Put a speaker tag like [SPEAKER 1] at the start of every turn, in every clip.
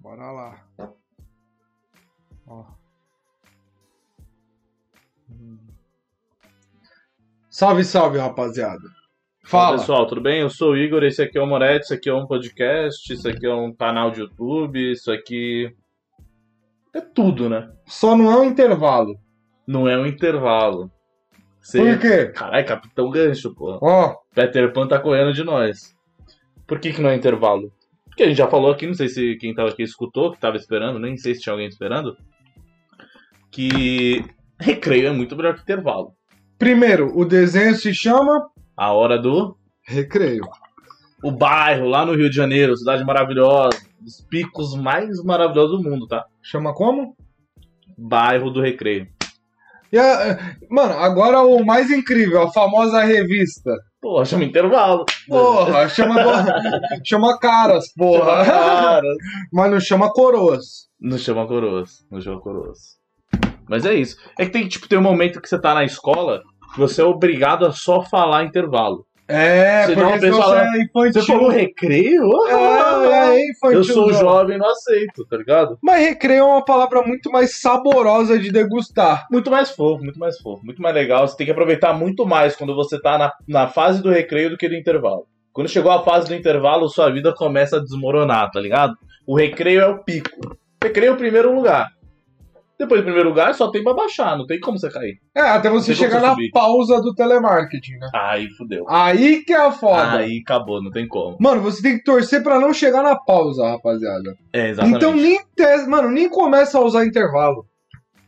[SPEAKER 1] Bora lá. Ó. Hum. Salve, salve, rapaziada.
[SPEAKER 2] Fala
[SPEAKER 1] Fala.
[SPEAKER 2] pessoal, tudo bem? Eu sou o Igor, esse aqui é o Moretti, isso aqui é um podcast, isso aqui é um canal de YouTube, isso aqui é tudo, né?
[SPEAKER 1] Só não é um intervalo.
[SPEAKER 2] Não é um intervalo.
[SPEAKER 1] Por
[SPEAKER 2] Você...
[SPEAKER 1] quê?
[SPEAKER 2] Caralho, Capitão Gancho, pô.
[SPEAKER 1] Ó,
[SPEAKER 2] Peter Pan tá correndo de nós. Por que que não é intervalo? Porque a gente já falou aqui, não sei se quem tava aqui escutou, que tava esperando, nem sei se tinha alguém esperando, que recreio é muito melhor que intervalo.
[SPEAKER 1] primeiro, o desenho se chama
[SPEAKER 2] A hora do
[SPEAKER 1] Recreio.
[SPEAKER 2] o bairro lá no Rio de Janeiro, cidade maravilhosa, os picos mais maravilhosos do mundo, tá?
[SPEAKER 1] Chama como?
[SPEAKER 2] Bairro do Recreio.
[SPEAKER 1] E a- eh, mano, agora o mais incrível, a famosa revista.
[SPEAKER 2] Pô, chama um intervalo.
[SPEAKER 1] Porra, chama, chama caras,
[SPEAKER 2] É. Chama
[SPEAKER 1] porra.
[SPEAKER 2] caras.
[SPEAKER 1] Mas não chama coroas.
[SPEAKER 2] Não chama coroas, não chama coroas. Mas é isso. É que tem que, tipo, tem um momento que você tá na escola que você é obrigado a só falar intervalo.
[SPEAKER 1] É,
[SPEAKER 2] Você
[SPEAKER 1] porque
[SPEAKER 2] não
[SPEAKER 1] senão
[SPEAKER 2] pensa,
[SPEAKER 1] você é infantil.
[SPEAKER 2] Você falou recreio?
[SPEAKER 1] É, é infantil.
[SPEAKER 2] Eu sou
[SPEAKER 1] não.
[SPEAKER 2] jovem, não aceito, tá ligado?
[SPEAKER 1] Mas recreio é uma palavra muito mais saborosa de degustar.
[SPEAKER 2] Muito mais fofo, muito mais fofo, muito mais legal. Você tem que aproveitar muito mais quando você tá na, na fase do recreio do que do intervalo. Quando chegou a fase do intervalo, sua vida começa a desmoronar, tá ligado? O recreio é o pico. Recreio é o primeiro lugar. Depois do primeiro lugar, só tem pra baixar, não tem como você cair.
[SPEAKER 1] É, até você
[SPEAKER 2] Tem como
[SPEAKER 1] chegar
[SPEAKER 2] você
[SPEAKER 1] na
[SPEAKER 2] subir.
[SPEAKER 1] pausa do telemarketing, né?
[SPEAKER 2] Aí fudeu.
[SPEAKER 1] Aí que é a foda.
[SPEAKER 2] Aí acabou, não tem como.
[SPEAKER 1] Mano, você tem que torcer pra não chegar na pausa, rapaziada.
[SPEAKER 2] É, exatamente.
[SPEAKER 1] Então nem te- mano, nem começa a usar intervalo.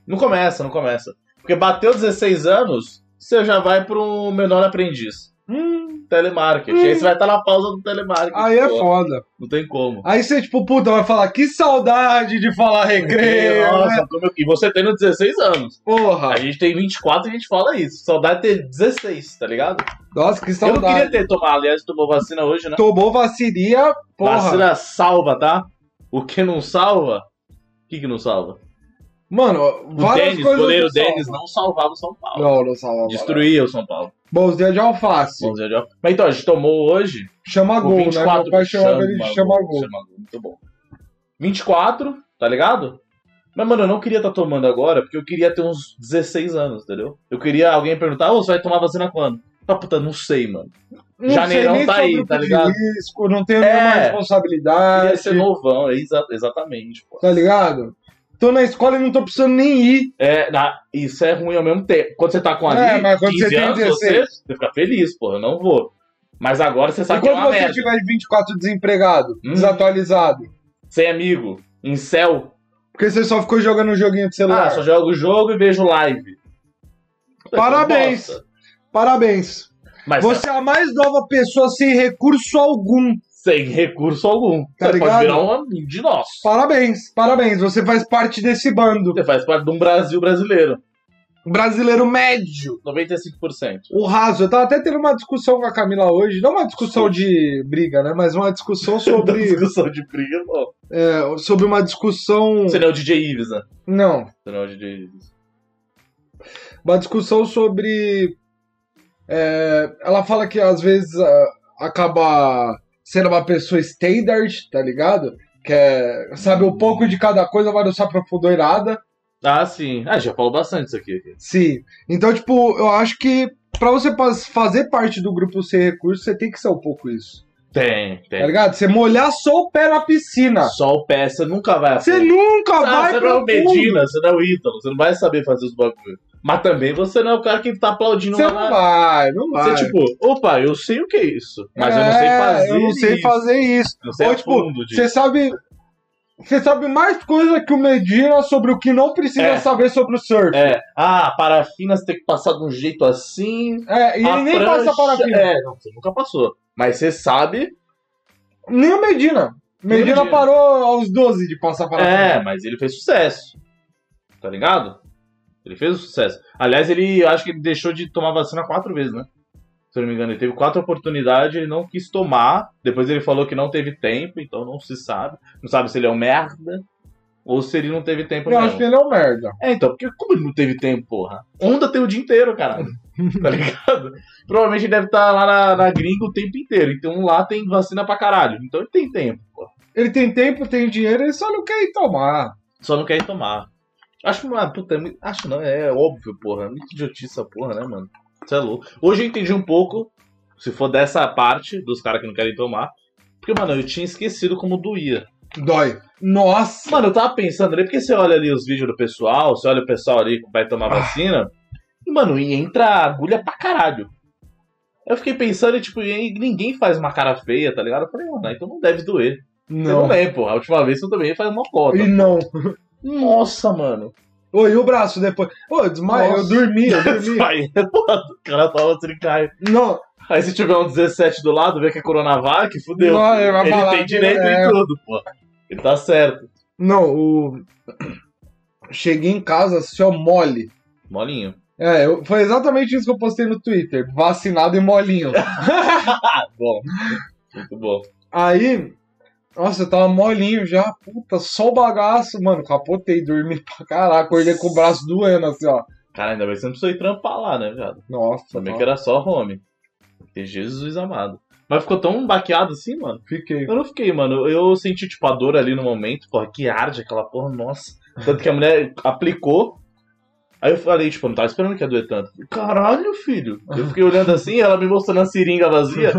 [SPEAKER 2] Não começa, não começa. Porque bateu 16 anos, você já vai pro menor aprendiz. Hum, telemarketing. Aí você vai estar na pausa do telemarketing.
[SPEAKER 1] Aí é
[SPEAKER 2] pô.
[SPEAKER 1] foda.
[SPEAKER 2] Não tem como.
[SPEAKER 1] Aí você, tipo, puta, vai falar que saudade de falar recreio. né?
[SPEAKER 2] Nossa, como eu... E você tendo 16 anos.
[SPEAKER 1] Porra.
[SPEAKER 2] A gente tem 24 e a gente fala isso. Saudade de ter 16, tá ligado?
[SPEAKER 1] Nossa, que
[SPEAKER 2] Eu não
[SPEAKER 1] saudade.
[SPEAKER 2] queria ter tomado, aliás, tomou vacina hoje, né?
[SPEAKER 1] Tomou vaciria, porra.
[SPEAKER 2] Vacina salva, tá? O que não salva? O que, que não salva?
[SPEAKER 1] Mano,
[SPEAKER 2] O
[SPEAKER 1] várias
[SPEAKER 2] Denis, o
[SPEAKER 1] coisas.
[SPEAKER 2] goleiro
[SPEAKER 1] não salvam.
[SPEAKER 2] Denis não salvava o São Paulo.
[SPEAKER 1] Não, não salva.
[SPEAKER 2] Destruía o São Paulo.
[SPEAKER 1] Bolzinha de alface.
[SPEAKER 2] Vamos dizer, ó. Mas então, a gente tomou hoje
[SPEAKER 1] Chama
[SPEAKER 2] o
[SPEAKER 1] gol, né? Meu pai chamava ele de chama gol.
[SPEAKER 2] chama gol, Muito bom. 24, tá ligado? Mas, mano, eu não queria estar tomando agora, porque eu queria ter uns 16 anos, entendeu? Eu queria alguém perguntar, ô, você vai tomar vacina quando? Ah, puta, não sei, mano.
[SPEAKER 1] Não
[SPEAKER 2] Janeirão
[SPEAKER 1] sei nem
[SPEAKER 2] tá
[SPEAKER 1] sobre
[SPEAKER 2] aí,
[SPEAKER 1] o que
[SPEAKER 2] tá
[SPEAKER 1] de
[SPEAKER 2] ligado?
[SPEAKER 1] Risco, não tenho
[SPEAKER 2] É.
[SPEAKER 1] nenhuma
[SPEAKER 2] Eu queria
[SPEAKER 1] responsabilidade,
[SPEAKER 2] ser novão, é exa- exatamente, pô.
[SPEAKER 1] tá ligado? Tô na escola e não tô precisando nem ir.
[SPEAKER 2] É, na- isso é ruim ao mesmo tempo. Quando você tá com ali,
[SPEAKER 1] É, mas quando
[SPEAKER 2] 15
[SPEAKER 1] você tem
[SPEAKER 2] anos,
[SPEAKER 1] 16.
[SPEAKER 2] você, você fica feliz, pô, eu não vou. Mas agora você
[SPEAKER 1] E
[SPEAKER 2] sabe que é
[SPEAKER 1] quando
[SPEAKER 2] uma
[SPEAKER 1] você
[SPEAKER 2] merda.
[SPEAKER 1] tiver 24 desempregado,
[SPEAKER 2] Hum.
[SPEAKER 1] desatualizado,
[SPEAKER 2] Sem é amigo, em céu,
[SPEAKER 1] porque você só ficou jogando um joguinho de celular.
[SPEAKER 2] ah, só jogo o jogo e vejo live. Puta,
[SPEAKER 1] Parabéns.
[SPEAKER 2] que bosta.
[SPEAKER 1] Parabéns.
[SPEAKER 2] Mas
[SPEAKER 1] Você é a mais nova pessoa sem recurso algum.
[SPEAKER 2] sem recurso algum.
[SPEAKER 1] Tá
[SPEAKER 2] você
[SPEAKER 1] ligado?
[SPEAKER 2] pode virar um amigo de nós.
[SPEAKER 1] Parabéns, parabéns. Você faz parte desse bando.
[SPEAKER 2] Você faz parte de um Brasil brasileiro.
[SPEAKER 1] Brasileiro médio.
[SPEAKER 2] 95%.
[SPEAKER 1] O raso, eu tava até tendo uma discussão com a Camila hoje, não uma discussão de briga, né? Mas uma discussão sobre,
[SPEAKER 2] Discussão de briga, pô.
[SPEAKER 1] é, sobre uma discussão.
[SPEAKER 2] Você não é o DJ Ives, né?
[SPEAKER 1] Não,
[SPEAKER 2] Você não é o DJ Ives.
[SPEAKER 1] uma discussão sobre. é, ela fala que às vezes ah, acaba sendo uma pessoa standard, tá ligado? Que é, sabe um pouco de cada coisa, mas não se aprofundou em nada.
[SPEAKER 2] Ah, sim. Ah, já falou bastante isso aqui.
[SPEAKER 1] Sim. Então, tipo, eu acho que pra você faz- fazer parte do grupo sem recurso, você tem que ser um pouco isso.
[SPEAKER 2] Tem,
[SPEAKER 1] Tá
[SPEAKER 2] tem.
[SPEAKER 1] ligado? Você molhar só o pé na piscina.
[SPEAKER 2] Só o pé, você nunca vai a
[SPEAKER 1] Você
[SPEAKER 2] fundo.
[SPEAKER 1] nunca
[SPEAKER 2] Ah,
[SPEAKER 1] vai um
[SPEAKER 2] você não é
[SPEAKER 1] pro
[SPEAKER 2] o
[SPEAKER 1] fundo.
[SPEAKER 2] Medina, você não é o Ítalo, você não vai saber fazer os bagulho. Mas também você não é o cara que tá aplaudindo
[SPEAKER 1] Você
[SPEAKER 2] lá
[SPEAKER 1] não
[SPEAKER 2] na-
[SPEAKER 1] vai, não vai.
[SPEAKER 2] Você, tipo, opa, eu sei o que é isso, mas eu não sei
[SPEAKER 1] É,
[SPEAKER 2] fazer
[SPEAKER 1] Eu não sei
[SPEAKER 2] isso.
[SPEAKER 1] fazer isso.
[SPEAKER 2] Não sei
[SPEAKER 1] Ou,
[SPEAKER 2] a
[SPEAKER 1] tipo,
[SPEAKER 2] fundo disso.
[SPEAKER 1] Você sabe. Você sabe mais coisa que o Medina sobre o que não precisa
[SPEAKER 2] É.
[SPEAKER 1] saber sobre o surf. É,
[SPEAKER 2] É, ah, parafinas tem que passar de um jeito assim.
[SPEAKER 1] É, e ele
[SPEAKER 2] a
[SPEAKER 1] nem
[SPEAKER 2] prancha-
[SPEAKER 1] passa para fim.
[SPEAKER 2] É, não, você nunca passou. Mas você sabe.
[SPEAKER 1] Nem o Medina.
[SPEAKER 2] Nem o
[SPEAKER 1] Medina
[SPEAKER 2] Medina.
[SPEAKER 1] parou aos 12 de passar para
[SPEAKER 2] É, mas ele fez sucesso. Tá ligado? Ele fez um sucesso. Aliás, ele eu acho que ele deixou de tomar vacina quatro vezes, né? Se eu não me engano, ele teve quatro oportunidades, ele não quis tomar. Depois ele falou que não teve tempo, então não se sabe. Não sabe se ele é um merda ou se ele não teve tempo
[SPEAKER 1] Eu
[SPEAKER 2] mesmo.
[SPEAKER 1] acho que ele é um merda.
[SPEAKER 2] É, então, porque como ele não teve tempo, porra? Onda tem o dia inteiro, caralho. Tá ligado? tá Provavelmente ele deve estar lá na, na gringa o tempo inteiro. Então lá tem vacina pra caralho. Então ele tem tempo, porra.
[SPEAKER 1] Ele tem tempo, tem dinheiro, ele só não quer ir tomar.
[SPEAKER 2] Só não querem tomar. Acho uma puta, é muito- acho não, é óbvio, porra. É muito idiotice essa porra, né, mano? Você é louco. Hoje eu entendi um pouco, se for dessa parte, dos caras que não querem tomar. Porque, mano, eu tinha esquecido como doía.
[SPEAKER 1] Dói. Nossa!
[SPEAKER 2] Mano, eu tava pensando ali, porque você olha ali os vídeos do pessoal, você olha o pessoal ali que vai tomar
[SPEAKER 1] Ah.
[SPEAKER 2] vacina, e, mano, e entra agulha pra caralho. Eu fiquei pensando, e, tipo, e ninguém faz uma cara feia, tá ligado? Eu falei, mano, então não deve doer. Você não é
[SPEAKER 1] Não.
[SPEAKER 2] vem, porra. A última vez que eu também faz mocota.
[SPEAKER 1] E não.
[SPEAKER 2] Nossa, mano.
[SPEAKER 1] Ô, e o braço depois? Ô, eu desmaio, eu
[SPEAKER 2] Nossa.
[SPEAKER 1] dormi, eu dormi.
[SPEAKER 2] Aí, o cara tava assim, cai.
[SPEAKER 1] não,
[SPEAKER 2] Aí se tiver um 17 do lado, vê que é Coronavac, fudeu.
[SPEAKER 1] não, é uma
[SPEAKER 2] Ele
[SPEAKER 1] balada,
[SPEAKER 2] tem direito
[SPEAKER 1] é.
[SPEAKER 2] em tudo, pô. Ele tá certo.
[SPEAKER 1] Não, o. Cheguei em casa, só mole.
[SPEAKER 2] Molinho.
[SPEAKER 1] É, eu- foi exatamente isso que eu postei no Twitter. Vacinado e molinho.
[SPEAKER 2] Ah, bom. Muito bom.
[SPEAKER 1] Aí, nossa, eu tava molinho já, puta, só o bagaço, mano. Capotei, dormi pra caralho, acordei com o braço doendo, assim, ó.
[SPEAKER 2] Cara, ainda bem que você não precisou ir trampar lá, né, viado?
[SPEAKER 1] Nossa,
[SPEAKER 2] Sabia
[SPEAKER 1] mano,
[SPEAKER 2] que era só home. Porque Jesus amado. Mas ficou tão baqueado assim, mano.
[SPEAKER 1] fiquei.
[SPEAKER 2] Eu não fiquei, mano. Eu senti, tipo, a dor ali no momento. Porra, que arde aquela porra, nossa. Tanto que a mulher aplicou. Aí eu falei, tipo, eu não tava esperando que ia doer tanto. Caralho, filho. Eu fiquei olhando assim, ela me mostrando a seringa vazia.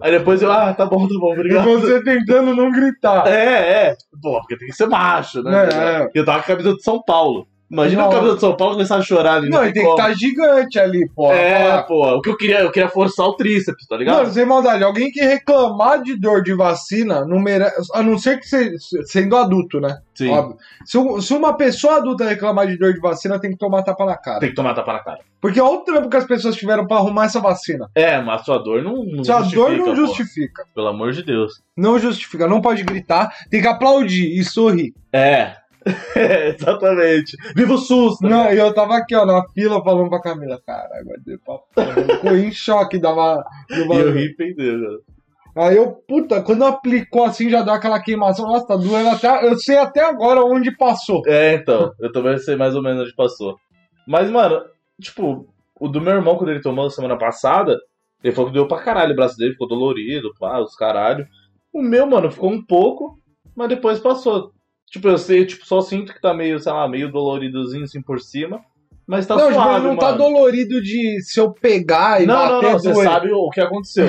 [SPEAKER 2] Aí depois eu, ah, tá bom, tá bom,
[SPEAKER 1] E
[SPEAKER 2] obrigado.
[SPEAKER 1] você tentando não gritar.
[SPEAKER 2] É, é. Pô, porque tem que ser macho, né?
[SPEAKER 1] É, é.
[SPEAKER 2] E Eu tava com a camisa de São Paulo. Imagina
[SPEAKER 1] Não.
[SPEAKER 2] a camisa de São Paulo começar a chorar ali.
[SPEAKER 1] Não, e tem que
[SPEAKER 2] como.
[SPEAKER 1] estar gigante ali, pô.
[SPEAKER 2] É,
[SPEAKER 1] Falar,
[SPEAKER 2] pô. O que eu queria, eu queria forçar o tríceps, tá ligado?
[SPEAKER 1] Mano, sem maldade, alguém que reclamar de dor de vacina, não merece, a não ser que você, sendo adulto, né?
[SPEAKER 2] Sim.
[SPEAKER 1] Óbvio. Se, um- se uma pessoa adulta reclamar de dor de vacina, tem que tomar tapa na cara.
[SPEAKER 2] Tem que tomar tapa na cara.
[SPEAKER 1] Porque olha o trampo que as pessoas tiveram pra arrumar essa vacina.
[SPEAKER 2] É, mas sua dor não, não
[SPEAKER 1] Se a dor não
[SPEAKER 2] pô.
[SPEAKER 1] justifica.
[SPEAKER 2] Pelo amor de Deus.
[SPEAKER 1] Não justifica, não pode gritar, tem que aplaudir e sorrir.
[SPEAKER 2] É. É, exatamente. Viva o SUS! né?
[SPEAKER 1] Não, e eu tava aqui, ó, na fila falando pra Camila, cara, aguardei pra porra. Ficou em choque da va- do
[SPEAKER 2] E eu
[SPEAKER 1] bagulho.
[SPEAKER 2] ri pendendo.
[SPEAKER 1] Aí eu, puta, quando aplicou assim, já deu aquela queimação, nossa, tá doendo até. Eu sei até agora onde passou.
[SPEAKER 2] É, então. Eu também sei mais ou menos onde passou. Mas, mano, tipo, o do meu irmão, quando ele tomou semana passada, ele falou que deu pra caralho o braço dele, ficou dolorido, pá, os caralho. O meu, mano, ficou um pouco, mas depois passou. Tipo, eu sei, tipo, só sinto que tá meio, sei lá, meio doloridozinho assim por cima. Mas tá
[SPEAKER 1] não, tipo,
[SPEAKER 2] suave,
[SPEAKER 1] ele não
[SPEAKER 2] mano.
[SPEAKER 1] tá dolorido de se eu pegar e
[SPEAKER 2] não,
[SPEAKER 1] bater
[SPEAKER 2] não, não, você
[SPEAKER 1] doer.
[SPEAKER 2] sabe o que aconteceu.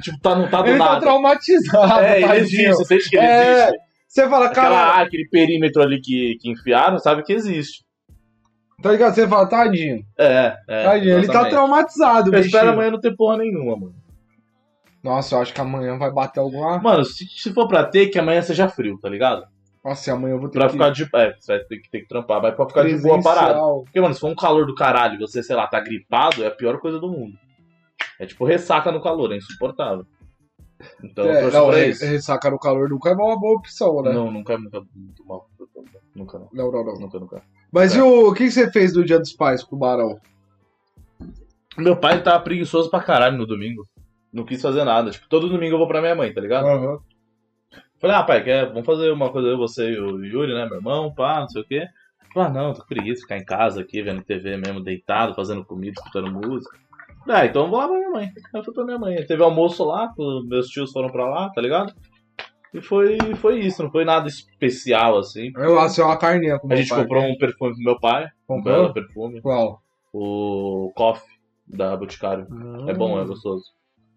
[SPEAKER 2] tipo, tá, não tá do
[SPEAKER 1] Ele tá
[SPEAKER 2] nada.
[SPEAKER 1] traumatizado,
[SPEAKER 2] é, ele
[SPEAKER 1] tadinho.
[SPEAKER 2] existe, você sente que ele
[SPEAKER 1] É,
[SPEAKER 2] existe.
[SPEAKER 1] Você fala,
[SPEAKER 2] Aquela
[SPEAKER 1] cara,
[SPEAKER 2] área, aquele perímetro ali que, que enfiaram, sabe que existe.
[SPEAKER 1] tá ligado? Você fala, tadinho,
[SPEAKER 2] É, é.
[SPEAKER 1] tadinho, ele tá
[SPEAKER 2] exatamente.
[SPEAKER 1] traumatizado,
[SPEAKER 2] Eu espero
[SPEAKER 1] bichinho.
[SPEAKER 2] amanhã não ter porra nenhuma, mano.
[SPEAKER 1] Nossa, eu acho que amanhã vai bater alguma.
[SPEAKER 2] Mano, se, se for pra ter, que amanhã seja frio, tá ligado?
[SPEAKER 1] Nossa, e amanhã eu vou ter
[SPEAKER 2] Pra
[SPEAKER 1] que
[SPEAKER 2] ficar de. É, você vai ter que, ter que trampar, vai pra ficar de boa parada.
[SPEAKER 1] presencial.
[SPEAKER 2] Porque, mano, se for um calor do caralho e você, sei lá, tá gripado, é a pior coisa do mundo. É tipo ressaca no calor, é insuportável. Então, eu
[SPEAKER 1] É,
[SPEAKER 2] torço
[SPEAKER 1] não,
[SPEAKER 2] pra
[SPEAKER 1] re-
[SPEAKER 2] isso.
[SPEAKER 1] ressaca no calor nunca é uma boa opção, né?
[SPEAKER 2] Não, nunca, nunca, muito mal. Nunca, não.
[SPEAKER 1] Não, não, não.
[SPEAKER 2] Nunca, nunca.
[SPEAKER 1] Mas
[SPEAKER 2] É.
[SPEAKER 1] e o, o que você fez no Dia dos Pais com o Barão?
[SPEAKER 2] Meu pai tava preguiçoso pra caralho no domingo. Não quis fazer nada. Tipo, todo domingo eu vou pra minha mãe, tá ligado?
[SPEAKER 1] Aham.
[SPEAKER 2] Falei, ah, pai, quer, vamos fazer uma coisa eu, você e o Yuri, né, meu irmão, pá, não sei o quê. Falei, ah, não, tô com preguiça de ficar em casa aqui, vendo TV mesmo, deitado, fazendo comida, escutando música. Ah, então vou lá pra minha mãe. Aí eu fui pra minha mãe. Teve almoço lá, com- meus tios foram pra lá, tá ligado? E foi, foi isso, não foi nada especial, assim.
[SPEAKER 1] Eu assei uma carninha com
[SPEAKER 2] A
[SPEAKER 1] meu
[SPEAKER 2] gente
[SPEAKER 1] pai.
[SPEAKER 2] comprou um perfume pro meu pai, um belo
[SPEAKER 1] Comprou?
[SPEAKER 2] perfume,
[SPEAKER 1] Qual?
[SPEAKER 2] o Coffee, da Boticário. É bom, é gostoso.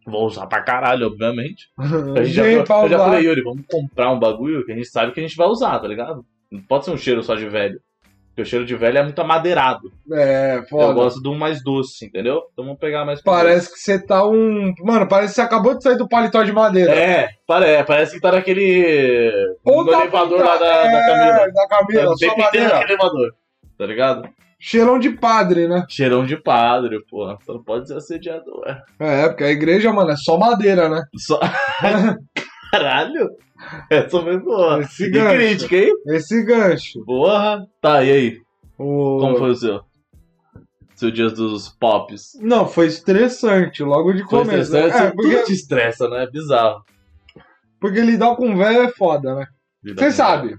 [SPEAKER 2] Vou usar pra caralho, obviamente. A gente já,
[SPEAKER 1] Gente, pra
[SPEAKER 2] eu já
[SPEAKER 1] usar.
[SPEAKER 2] falei, Yuri, vamos comprar um bagulho que a gente sabe que a gente vai usar, tá ligado? Não pode ser um cheiro só de velho. Porque o cheiro de velho é muito amadeirado.
[SPEAKER 1] É,
[SPEAKER 2] Eu
[SPEAKER 1] foda.
[SPEAKER 2] gosto de um mais doce, entendeu? Então vamos pegar mais. com
[SPEAKER 1] Parece que você tá um. Mano, parece que você acabou de sair do paletó de
[SPEAKER 2] doce.
[SPEAKER 1] madeira.
[SPEAKER 2] É, pare- parece que tá naquele.
[SPEAKER 1] Ou
[SPEAKER 2] no
[SPEAKER 1] tá
[SPEAKER 2] elevador
[SPEAKER 1] pinta-
[SPEAKER 2] lá da, da Camila.
[SPEAKER 1] É, da
[SPEAKER 2] Tá
[SPEAKER 1] Camila, só
[SPEAKER 2] o tempo inteiro
[SPEAKER 1] madeira.
[SPEAKER 2] naquele elevador. Tá ligado?
[SPEAKER 1] Cheirão de padre, né?
[SPEAKER 2] Cheirão de padre, pô. Só não pode ser assediador.
[SPEAKER 1] É, porque a igreja, mano, é só madeira, né?
[SPEAKER 2] Só. Caralho! É Essa foi boa.
[SPEAKER 1] Esse
[SPEAKER 2] E
[SPEAKER 1] gancho.
[SPEAKER 2] crítica, hein?
[SPEAKER 1] Esse gancho.
[SPEAKER 2] Porra! Tá, e aí?
[SPEAKER 1] O...
[SPEAKER 2] Como foi o seu? Seu dia dos pops.
[SPEAKER 1] Não, foi estressante logo de
[SPEAKER 2] Foi
[SPEAKER 1] começo. né?
[SPEAKER 2] estressante?
[SPEAKER 1] É, porque,
[SPEAKER 2] Tudo te estressa, né? É bizarro.
[SPEAKER 1] porque lidar com velho é foda, né?
[SPEAKER 2] Lidar
[SPEAKER 1] Você
[SPEAKER 2] com-
[SPEAKER 1] sabe.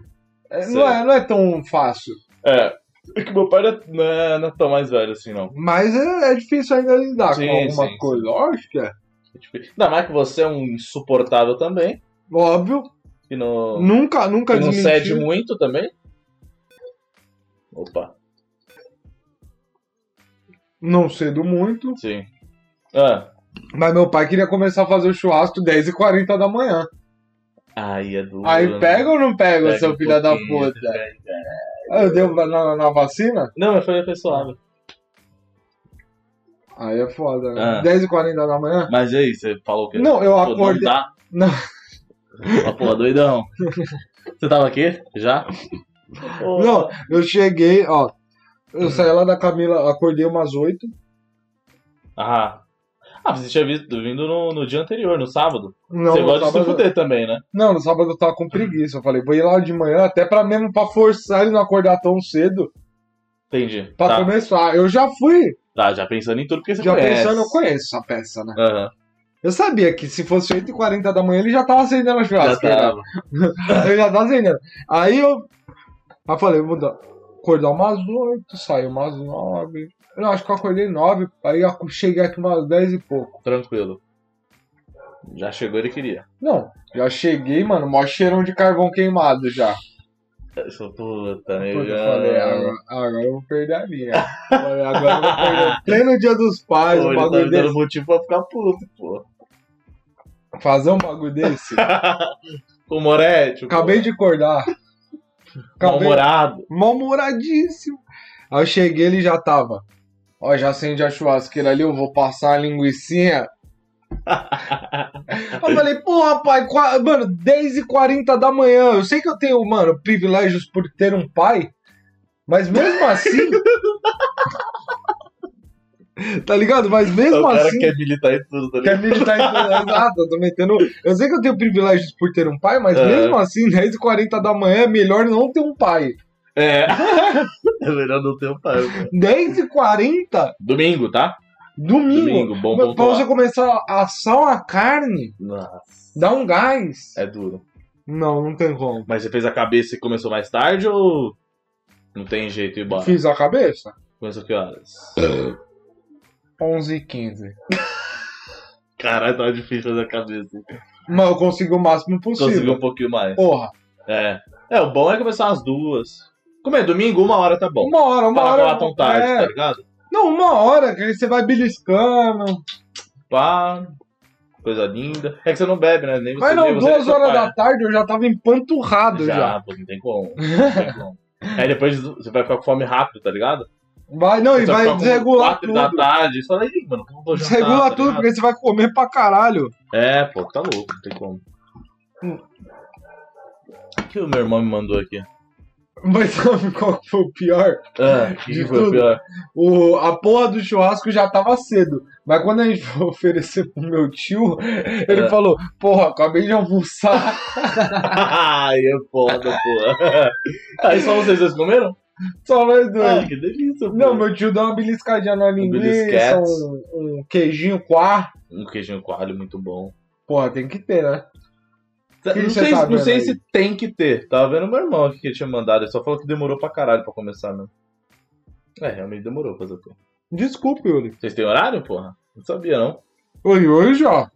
[SPEAKER 1] É, não,
[SPEAKER 2] Sei.
[SPEAKER 1] é, não é tão fácil.
[SPEAKER 2] É. É que meu pai não é- não é, não é tão mais velho assim, não.
[SPEAKER 1] Mas é, é difícil ainda lidar
[SPEAKER 2] Sim,
[SPEAKER 1] com alguma
[SPEAKER 2] sim,
[SPEAKER 1] coisa. Lógico que é.
[SPEAKER 2] tipo, É difícil. Ainda mais que você é um insuportável também.
[SPEAKER 1] Óbvio.
[SPEAKER 2] que não,
[SPEAKER 1] Nunca, nunca
[SPEAKER 2] que não cede
[SPEAKER 1] desmentiu.
[SPEAKER 2] muito também. Opa,
[SPEAKER 1] Não cedo muito.
[SPEAKER 2] sim. Ah,
[SPEAKER 1] Mas meu pai queria começar a fazer o churrasco 10h40 da manhã.
[SPEAKER 2] aí é duro.
[SPEAKER 1] Aí
[SPEAKER 2] né?
[SPEAKER 1] pega ou não pega,
[SPEAKER 2] Pega
[SPEAKER 1] seu
[SPEAKER 2] um
[SPEAKER 1] filho da
[SPEAKER 2] pouquinho,
[SPEAKER 1] puta?
[SPEAKER 2] pega.
[SPEAKER 1] Aí Eu deu na, na vacina?
[SPEAKER 2] Não, mas foi aperfeiçoado.
[SPEAKER 1] Aí é foda, né?
[SPEAKER 2] Ah.
[SPEAKER 1] 10h40 da manhã?
[SPEAKER 2] Mas e aí, você falou o quê?
[SPEAKER 1] Não, eu
[SPEAKER 2] Pô, não
[SPEAKER 1] acordei.
[SPEAKER 2] dá?
[SPEAKER 1] Não.
[SPEAKER 2] Ah, pô, doidão. Você tava aqui? Já? Pô,
[SPEAKER 1] Não, eu cheguei, ó.
[SPEAKER 2] Hum.
[SPEAKER 1] Eu saí lá da Camila, acordei umas 8.
[SPEAKER 2] Ah. Ah, você tinha visto, vindo no, no dia anterior, no sábado.
[SPEAKER 1] Não,
[SPEAKER 2] você
[SPEAKER 1] no
[SPEAKER 2] gosta de se
[SPEAKER 1] sábado-
[SPEAKER 2] fuder também, né?
[SPEAKER 1] Não, no sábado eu tava com preguiça. Eu falei, vou ir lá de manhã, até pra mesmo pra forçar ele não acordar tão cedo
[SPEAKER 2] Entendi.
[SPEAKER 1] pra
[SPEAKER 2] Tá,
[SPEAKER 1] começar. Eu já fui,
[SPEAKER 2] tá, já pensando em tudo que você
[SPEAKER 1] já
[SPEAKER 2] conhece.
[SPEAKER 1] pensando, eu conheço essa peça, né?
[SPEAKER 2] Aham,
[SPEAKER 1] Eu sabia que se fosse 8h40 da manhã ele já tava acendendo a
[SPEAKER 2] já tá.
[SPEAKER 1] churrasqueira.
[SPEAKER 2] tava.
[SPEAKER 1] Eu já tava acendendo. Aí eu. Aí eu falei, vou dar- acordar umas 8, sair umas 9. Não, acho que eu acordei 9, aí eu cheguei aqui umas 10 e pouco.
[SPEAKER 2] Tranquilo. Já chegou ele queria.
[SPEAKER 1] Não, já cheguei, mano, mó cheirão de carvão queimado já.
[SPEAKER 2] Isso, puta, né?
[SPEAKER 1] Quando eu
[SPEAKER 2] já-
[SPEAKER 1] falei, "Ah, agora, agora eu vou perder a linha. Falei, agora eu vou perder. Pleno dia dos pais,
[SPEAKER 2] Pô,
[SPEAKER 1] um
[SPEAKER 2] ele tá
[SPEAKER 1] bagulho
[SPEAKER 2] me dando
[SPEAKER 1] desse.
[SPEAKER 2] motivo pra ficar puto, pô.
[SPEAKER 1] Fazer um bagulho desse.
[SPEAKER 2] Com o Moretti. pô.
[SPEAKER 1] Acabei de acordar. Acabei
[SPEAKER 2] Mal-humorado.
[SPEAKER 1] mal-humoradíssimo. Aí eu cheguei, ele já tava. Ó, já acende a churrasqueira ali, eu vou passar a linguicinha. eu falei, porra, pai, qua- mano, 10h40 da manhã. Eu sei que eu tenho, mano, privilégios por ter um pai, mas mesmo assim. tá ligado? Mas
[SPEAKER 2] É o
[SPEAKER 1] mesmo
[SPEAKER 2] cara
[SPEAKER 1] assim.
[SPEAKER 2] que quer militar em tudo, tá ligado?
[SPEAKER 1] Quer militar em Exato, eu tô metendo. Eu sei que eu tenho privilégios por ter um pai, mas
[SPEAKER 2] É.
[SPEAKER 1] mesmo assim, 10h40 da manhã é melhor não ter um pai.
[SPEAKER 2] É. É melhor não ter um pai,
[SPEAKER 1] né?
[SPEAKER 2] pô.
[SPEAKER 1] 10h40
[SPEAKER 2] Domingo, tá?
[SPEAKER 1] Domingo.
[SPEAKER 2] Domingo, bom
[SPEAKER 1] Pra você
[SPEAKER 2] pontuar.
[SPEAKER 1] começar a assar uma carne,
[SPEAKER 2] Nossa,
[SPEAKER 1] dá um gás.
[SPEAKER 2] é duro.
[SPEAKER 1] Não, não tem como.
[SPEAKER 2] Mas você fez a cabeça e começou mais tarde ou. Não tem jeito, e bora?
[SPEAKER 1] Fiz a cabeça?
[SPEAKER 2] Começou que horas?
[SPEAKER 1] 11 e 15.
[SPEAKER 2] Caralho, tava difícil fazer a cabeça.
[SPEAKER 1] Mas eu consegui o máximo possível.
[SPEAKER 2] Conseguiu um pouquinho mais.
[SPEAKER 1] Porra,
[SPEAKER 2] É. É, o bom é começar às duas. Como é domingo, uma hora tá bom.
[SPEAKER 1] uma hora, uma
[SPEAKER 2] Para
[SPEAKER 1] hora.
[SPEAKER 2] falar tão tarde,
[SPEAKER 1] é.
[SPEAKER 2] tá ligado?
[SPEAKER 1] Não, uma hora, que aí você vai beliscando.
[SPEAKER 2] Pá. Coisa linda. É que você não bebe, né? Nem você
[SPEAKER 1] Mas
[SPEAKER 2] nem
[SPEAKER 1] não,
[SPEAKER 2] você nem
[SPEAKER 1] duas
[SPEAKER 2] seu
[SPEAKER 1] horas
[SPEAKER 2] pai,
[SPEAKER 1] da
[SPEAKER 2] né?
[SPEAKER 1] tarde eu já tava empanturrado já.
[SPEAKER 2] Já, pô, não tem como. Não tem como. Aí depois você vai ficar com fome rápido, tá ligado?
[SPEAKER 1] Vai, não, e
[SPEAKER 2] Só
[SPEAKER 1] vai
[SPEAKER 2] ficar com
[SPEAKER 1] desregular
[SPEAKER 2] quatro da
[SPEAKER 1] tudo.
[SPEAKER 2] tarde. Você fala, aí, mano, como eu vou jantar?
[SPEAKER 1] Desregula
[SPEAKER 2] tá
[SPEAKER 1] tudo,
[SPEAKER 2] ligado?
[SPEAKER 1] porque você vai comer pra caralho.
[SPEAKER 2] É, pô, tá louco, não tem como. O que o meu irmão me mandou aqui?
[SPEAKER 1] Mas sabe qual que foi o pior?
[SPEAKER 2] Ah, o que
[SPEAKER 1] De
[SPEAKER 2] que foi o
[SPEAKER 1] tudo.
[SPEAKER 2] pior?
[SPEAKER 1] O, a porra do churrasco já tava cedo. Mas quando a gente foi oferecer pro meu tio, ele
[SPEAKER 2] É.
[SPEAKER 1] falou: Porra, acabei de almoçar.
[SPEAKER 2] Ai, é foda, pô. Aí só vocês dois comeram?
[SPEAKER 1] Só nós dois.
[SPEAKER 2] Ai, que delícia, pô.
[SPEAKER 1] É. Não, meu tio deu uma beliscadinha na linguiça,
[SPEAKER 2] belisquete.
[SPEAKER 1] um, um queijinho coar.
[SPEAKER 2] Um queijinho coalho muito bom.
[SPEAKER 1] Porra, tem que ter, né?
[SPEAKER 2] Não
[SPEAKER 1] que você
[SPEAKER 2] sei,
[SPEAKER 1] tá
[SPEAKER 2] não
[SPEAKER 1] vendo
[SPEAKER 2] sei
[SPEAKER 1] aí?
[SPEAKER 2] se tem que ter. Tava vendo meu irmão aqui que ele tinha mandado. Ele só falou que demorou pra caralho pra começar, né? É, realmente demorou fazer o quê?
[SPEAKER 1] Desculpa, Yuri.
[SPEAKER 2] Vocês têm horário, porra? Não sabia, não.
[SPEAKER 1] Hoje, hoje, ó.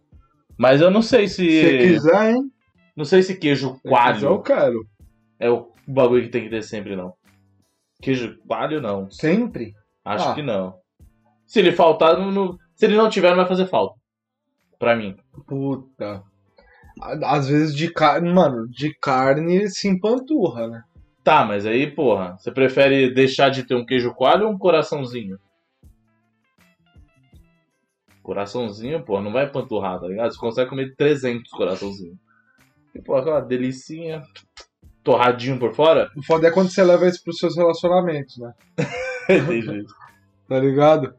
[SPEAKER 2] Mas eu não sei se.
[SPEAKER 1] Se quiser, hein?
[SPEAKER 2] Não sei se queijo
[SPEAKER 1] Se quiser, Eu
[SPEAKER 2] coalho
[SPEAKER 1] quero.
[SPEAKER 2] é o bagulho que tem que ter sempre, não. Queijo coalho, não.
[SPEAKER 1] Sempre?
[SPEAKER 2] Acho
[SPEAKER 1] Ah.
[SPEAKER 2] que não. Se ele faltar, não, não- se ele não tiver, não vai fazer falta. Pra mim.
[SPEAKER 1] Puta. Á- Às vezes de carne. Mano, de carne se empanturra, né?
[SPEAKER 2] Tá, mas aí, porra, você prefere deixar de ter um queijo coalho ou um coraçãozinho? Coraçãozinho, porra, não vai panturrar, tá ligado? Você consegue comer 300 coraçãozinho. E, porra, aquela delicinha. Torradinho por fora?
[SPEAKER 1] O foda é quando você leva isso pros seus relacionamentos, né?
[SPEAKER 2] Tem jeito.
[SPEAKER 1] tá ligado?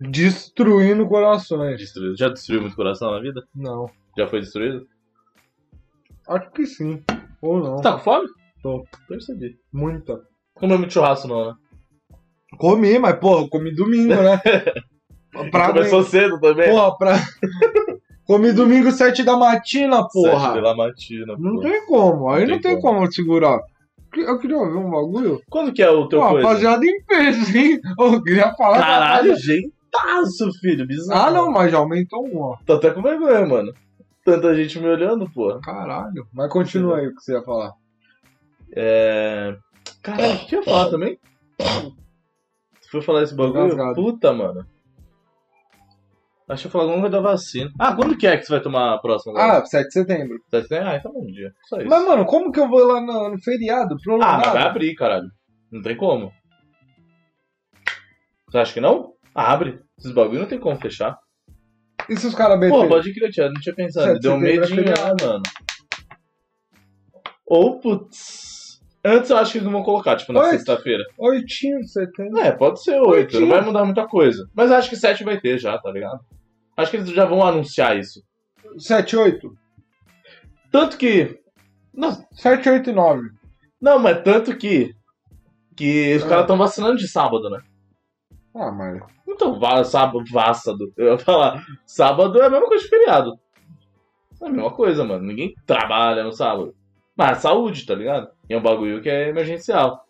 [SPEAKER 1] Destruindo corações.
[SPEAKER 2] Destruído. Já destruiu muito coração na vida?
[SPEAKER 1] Não,
[SPEAKER 2] Já foi destruído?
[SPEAKER 1] acho que sim. Ou não,
[SPEAKER 2] Você tá com fome?
[SPEAKER 1] Tô.
[SPEAKER 2] Percebi.
[SPEAKER 1] muita.
[SPEAKER 2] Comeu muito churrasco, não, né?
[SPEAKER 1] Comi, mas porra, eu comi domingo, né? pra
[SPEAKER 2] Começou cedo também?
[SPEAKER 1] Porra, pra... comi domingo sete da matina,
[SPEAKER 2] Sete
[SPEAKER 1] porra.
[SPEAKER 2] pela matina,
[SPEAKER 1] Não
[SPEAKER 2] pô.
[SPEAKER 1] tem como, aí
[SPEAKER 2] Não
[SPEAKER 1] não,
[SPEAKER 2] tem
[SPEAKER 1] tem, como. segurar. Eu queria ver um bagulho.
[SPEAKER 2] Quando que é o teu
[SPEAKER 1] Pô,
[SPEAKER 2] coisa?
[SPEAKER 1] rapaziada em peso, hein? Eu queria falar.
[SPEAKER 2] Caralho, jeitaço, filho. Bizarro.
[SPEAKER 1] Ah, não, mas já aumentou um, ó.
[SPEAKER 2] Tô até com vergonha, mano. Tanta gente me olhando, porra.
[SPEAKER 1] Caralho. Mas continua aí o que você ia falar.
[SPEAKER 2] É. Caralho, o que eu ia falar também? Você foi falar esse bagulho?
[SPEAKER 1] Engasgado.
[SPEAKER 2] Puta, mano. Acho que eu falar alguma coisa da vacina. Ah, quando que é que você vai tomar a próxima? agora?
[SPEAKER 1] Ah, 7 de setembro.
[SPEAKER 2] Tá dizendo, Ah, então bom dia. Só isso.
[SPEAKER 1] Mas, mano, como que eu vou lá no, no feriado?
[SPEAKER 2] Ah,
[SPEAKER 1] Prolongado?
[SPEAKER 2] mas vai abrir, caralho. Não tem como. Você acha que não? Ah, Abre. Esses bagulho não tem como fechar.
[SPEAKER 1] E se os caras
[SPEAKER 2] Pô,
[SPEAKER 1] meterem?
[SPEAKER 2] pode crer, Thiago. Não tinha pensado.
[SPEAKER 1] Sete
[SPEAKER 2] Deu um
[SPEAKER 1] de setembro é
[SPEAKER 2] medinho, ah,
[SPEAKER 1] feriado.
[SPEAKER 2] mano. Ou, putz. Antes eu acho que eles não vão colocar, tipo, na
[SPEAKER 1] Oito.
[SPEAKER 2] sexta-feira.
[SPEAKER 1] 8 de setembro.
[SPEAKER 2] É, pode ser oito.
[SPEAKER 1] Oitinho.
[SPEAKER 2] Não vai mudar muita coisa. Mas acho que sete vai ter já, tá ligado? Acho que eles já vão anunciar isso.
[SPEAKER 1] 7, 8?
[SPEAKER 2] Tanto que. Não,
[SPEAKER 1] 7, 8 e 9.
[SPEAKER 2] não mas tanto que. Que os
[SPEAKER 1] Ah.
[SPEAKER 2] caras estão vacinando de sábado, né?
[SPEAKER 1] Ah, mano.
[SPEAKER 2] Então, vá- sábado, vássado. Eu ia falar, sábado é a mesma coisa de feriado. É a mesma coisa, mano. Ninguém trabalha no sábado. Mas a saúde, tá ligado? E é um bagulho que é emergencial.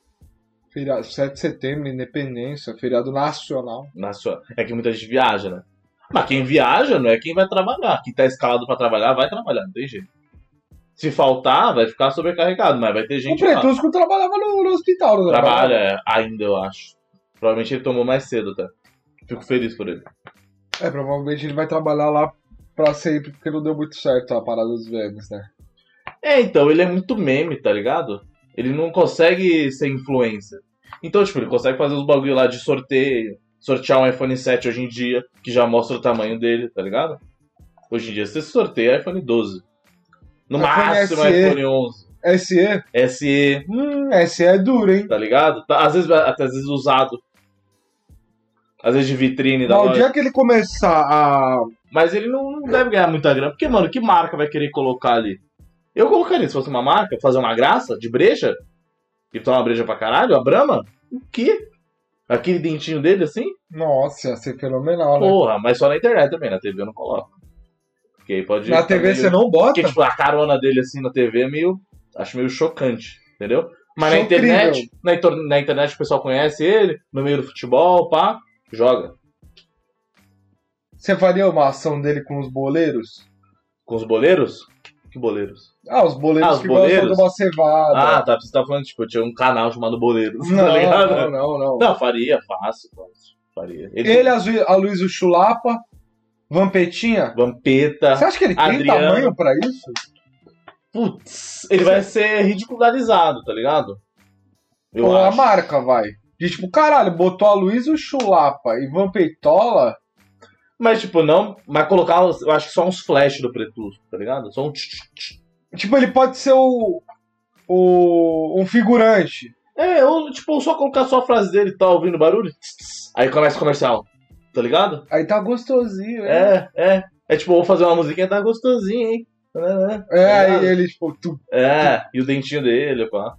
[SPEAKER 1] Feriado, 7 de setembro, independência, feriado nacional.
[SPEAKER 2] Na sua... É que muita gente viaja, né? Mas quem viaja não é quem vai trabalhar. Quem tá escalado pra trabalhar, vai trabalhar, não tem jeito. Se faltar, vai ficar sobrecarregado, mas vai ter gente
[SPEAKER 1] o
[SPEAKER 2] lá.
[SPEAKER 1] Pretusco trabalhava no, no hospital, né? não
[SPEAKER 2] Trabalha é, ainda, eu acho. Provavelmente ele tomou mais cedo, tá? Fico feliz por ele.
[SPEAKER 1] É, provavelmente ele vai trabalhar lá pra sempre, porque não deu muito certo a parada dos memes, né?
[SPEAKER 2] É, então, ele é muito meme, tá ligado? Ele não consegue ser influencer. Então, tipo, ele consegue fazer os bagulho lá de sorteio, sortear um iPhone 7 hoje em dia, que já mostra o tamanho dele, tá ligado? Hoje em dia você sorteia iPhone 12. No
[SPEAKER 1] iPhone
[SPEAKER 2] máximo
[SPEAKER 1] SE.
[SPEAKER 2] iPhone 11.
[SPEAKER 1] SE?
[SPEAKER 2] SE,
[SPEAKER 1] Hum, SE é duro, hein?
[SPEAKER 2] tá ligado? Tá- Às vezes, até às vezes usado. Às vezes de vitrine da
[SPEAKER 1] Mas o
[SPEAKER 2] loja.
[SPEAKER 1] dia que ele começar a.
[SPEAKER 2] Mas ele não, não deve ganhar muita grana. Porque, mano, que marca vai querer colocar ali? Eu colocaria, se fosse uma marca, fazer uma graça de breja. E tomar uma breja pra caralho, a Brahma? O quê? Aquele dentinho dele assim?
[SPEAKER 1] Nossa, ia ser fenomenal, né?
[SPEAKER 2] Porra, mas só na internet também, na TV eu não coloco. Porque aí pode.
[SPEAKER 1] Na
[SPEAKER 2] ficar
[SPEAKER 1] TV
[SPEAKER 2] meio-
[SPEAKER 1] você não bota?
[SPEAKER 2] tá Porque, tipo, a carona dele assim na TV é meio. Acho meio chocante, entendeu? Mas na
[SPEAKER 1] Chocrível.
[SPEAKER 2] internet, na, inter- na internet o pessoal conhece ele, no meio do futebol, pá, joga.
[SPEAKER 1] Você faria uma ação dele com os boleiros?
[SPEAKER 2] Com os boleiros? Que boleiros?
[SPEAKER 1] Ah, os boleiros
[SPEAKER 2] Ah, os
[SPEAKER 1] que
[SPEAKER 2] boleiros?
[SPEAKER 1] gostam de uma cevada.
[SPEAKER 2] Ah, tá. Você tá falando, tipo, eu tinha um canal chamado Boleiro.
[SPEAKER 1] não,
[SPEAKER 2] tá ligado? Não,
[SPEAKER 1] não, não, não.
[SPEAKER 2] faria, fácil, fácil. Faria. é
[SPEAKER 1] Ele, a Zui- a Luiz o Chulapa, Vampetinha.
[SPEAKER 2] Vampeta.
[SPEAKER 1] Você acha que ele tem
[SPEAKER 2] Adriano.
[SPEAKER 1] tamanho pra isso?
[SPEAKER 2] Putz, ele é- vai ser ridicularizado, tá ligado? Eu
[SPEAKER 1] Ou a
[SPEAKER 2] acho.
[SPEAKER 1] marca, vai? De tipo, caralho, botou a Luiz o Chulapa e Vampetola?
[SPEAKER 2] Mas, tipo, não. Mas colocar, os- eu acho que só uns flash do Pretusco, tá ligado? Só um. tch, tch, tch.
[SPEAKER 1] Tipo, ele pode ser o. o um figurante.
[SPEAKER 2] É, ou, tipo, só colocar só a frase dele tá ouvindo barulho. tss, tss. Aí começa o comercial, tá ligado?
[SPEAKER 1] Aí tá gostosinho, né?
[SPEAKER 2] É, é. É tipo, vou fazer uma musiquinha, tá gostosinho, hein?
[SPEAKER 1] É, aí
[SPEAKER 2] tá ligado?
[SPEAKER 1] ele, tipo, tu-
[SPEAKER 2] É, e o dentinho dele, pá.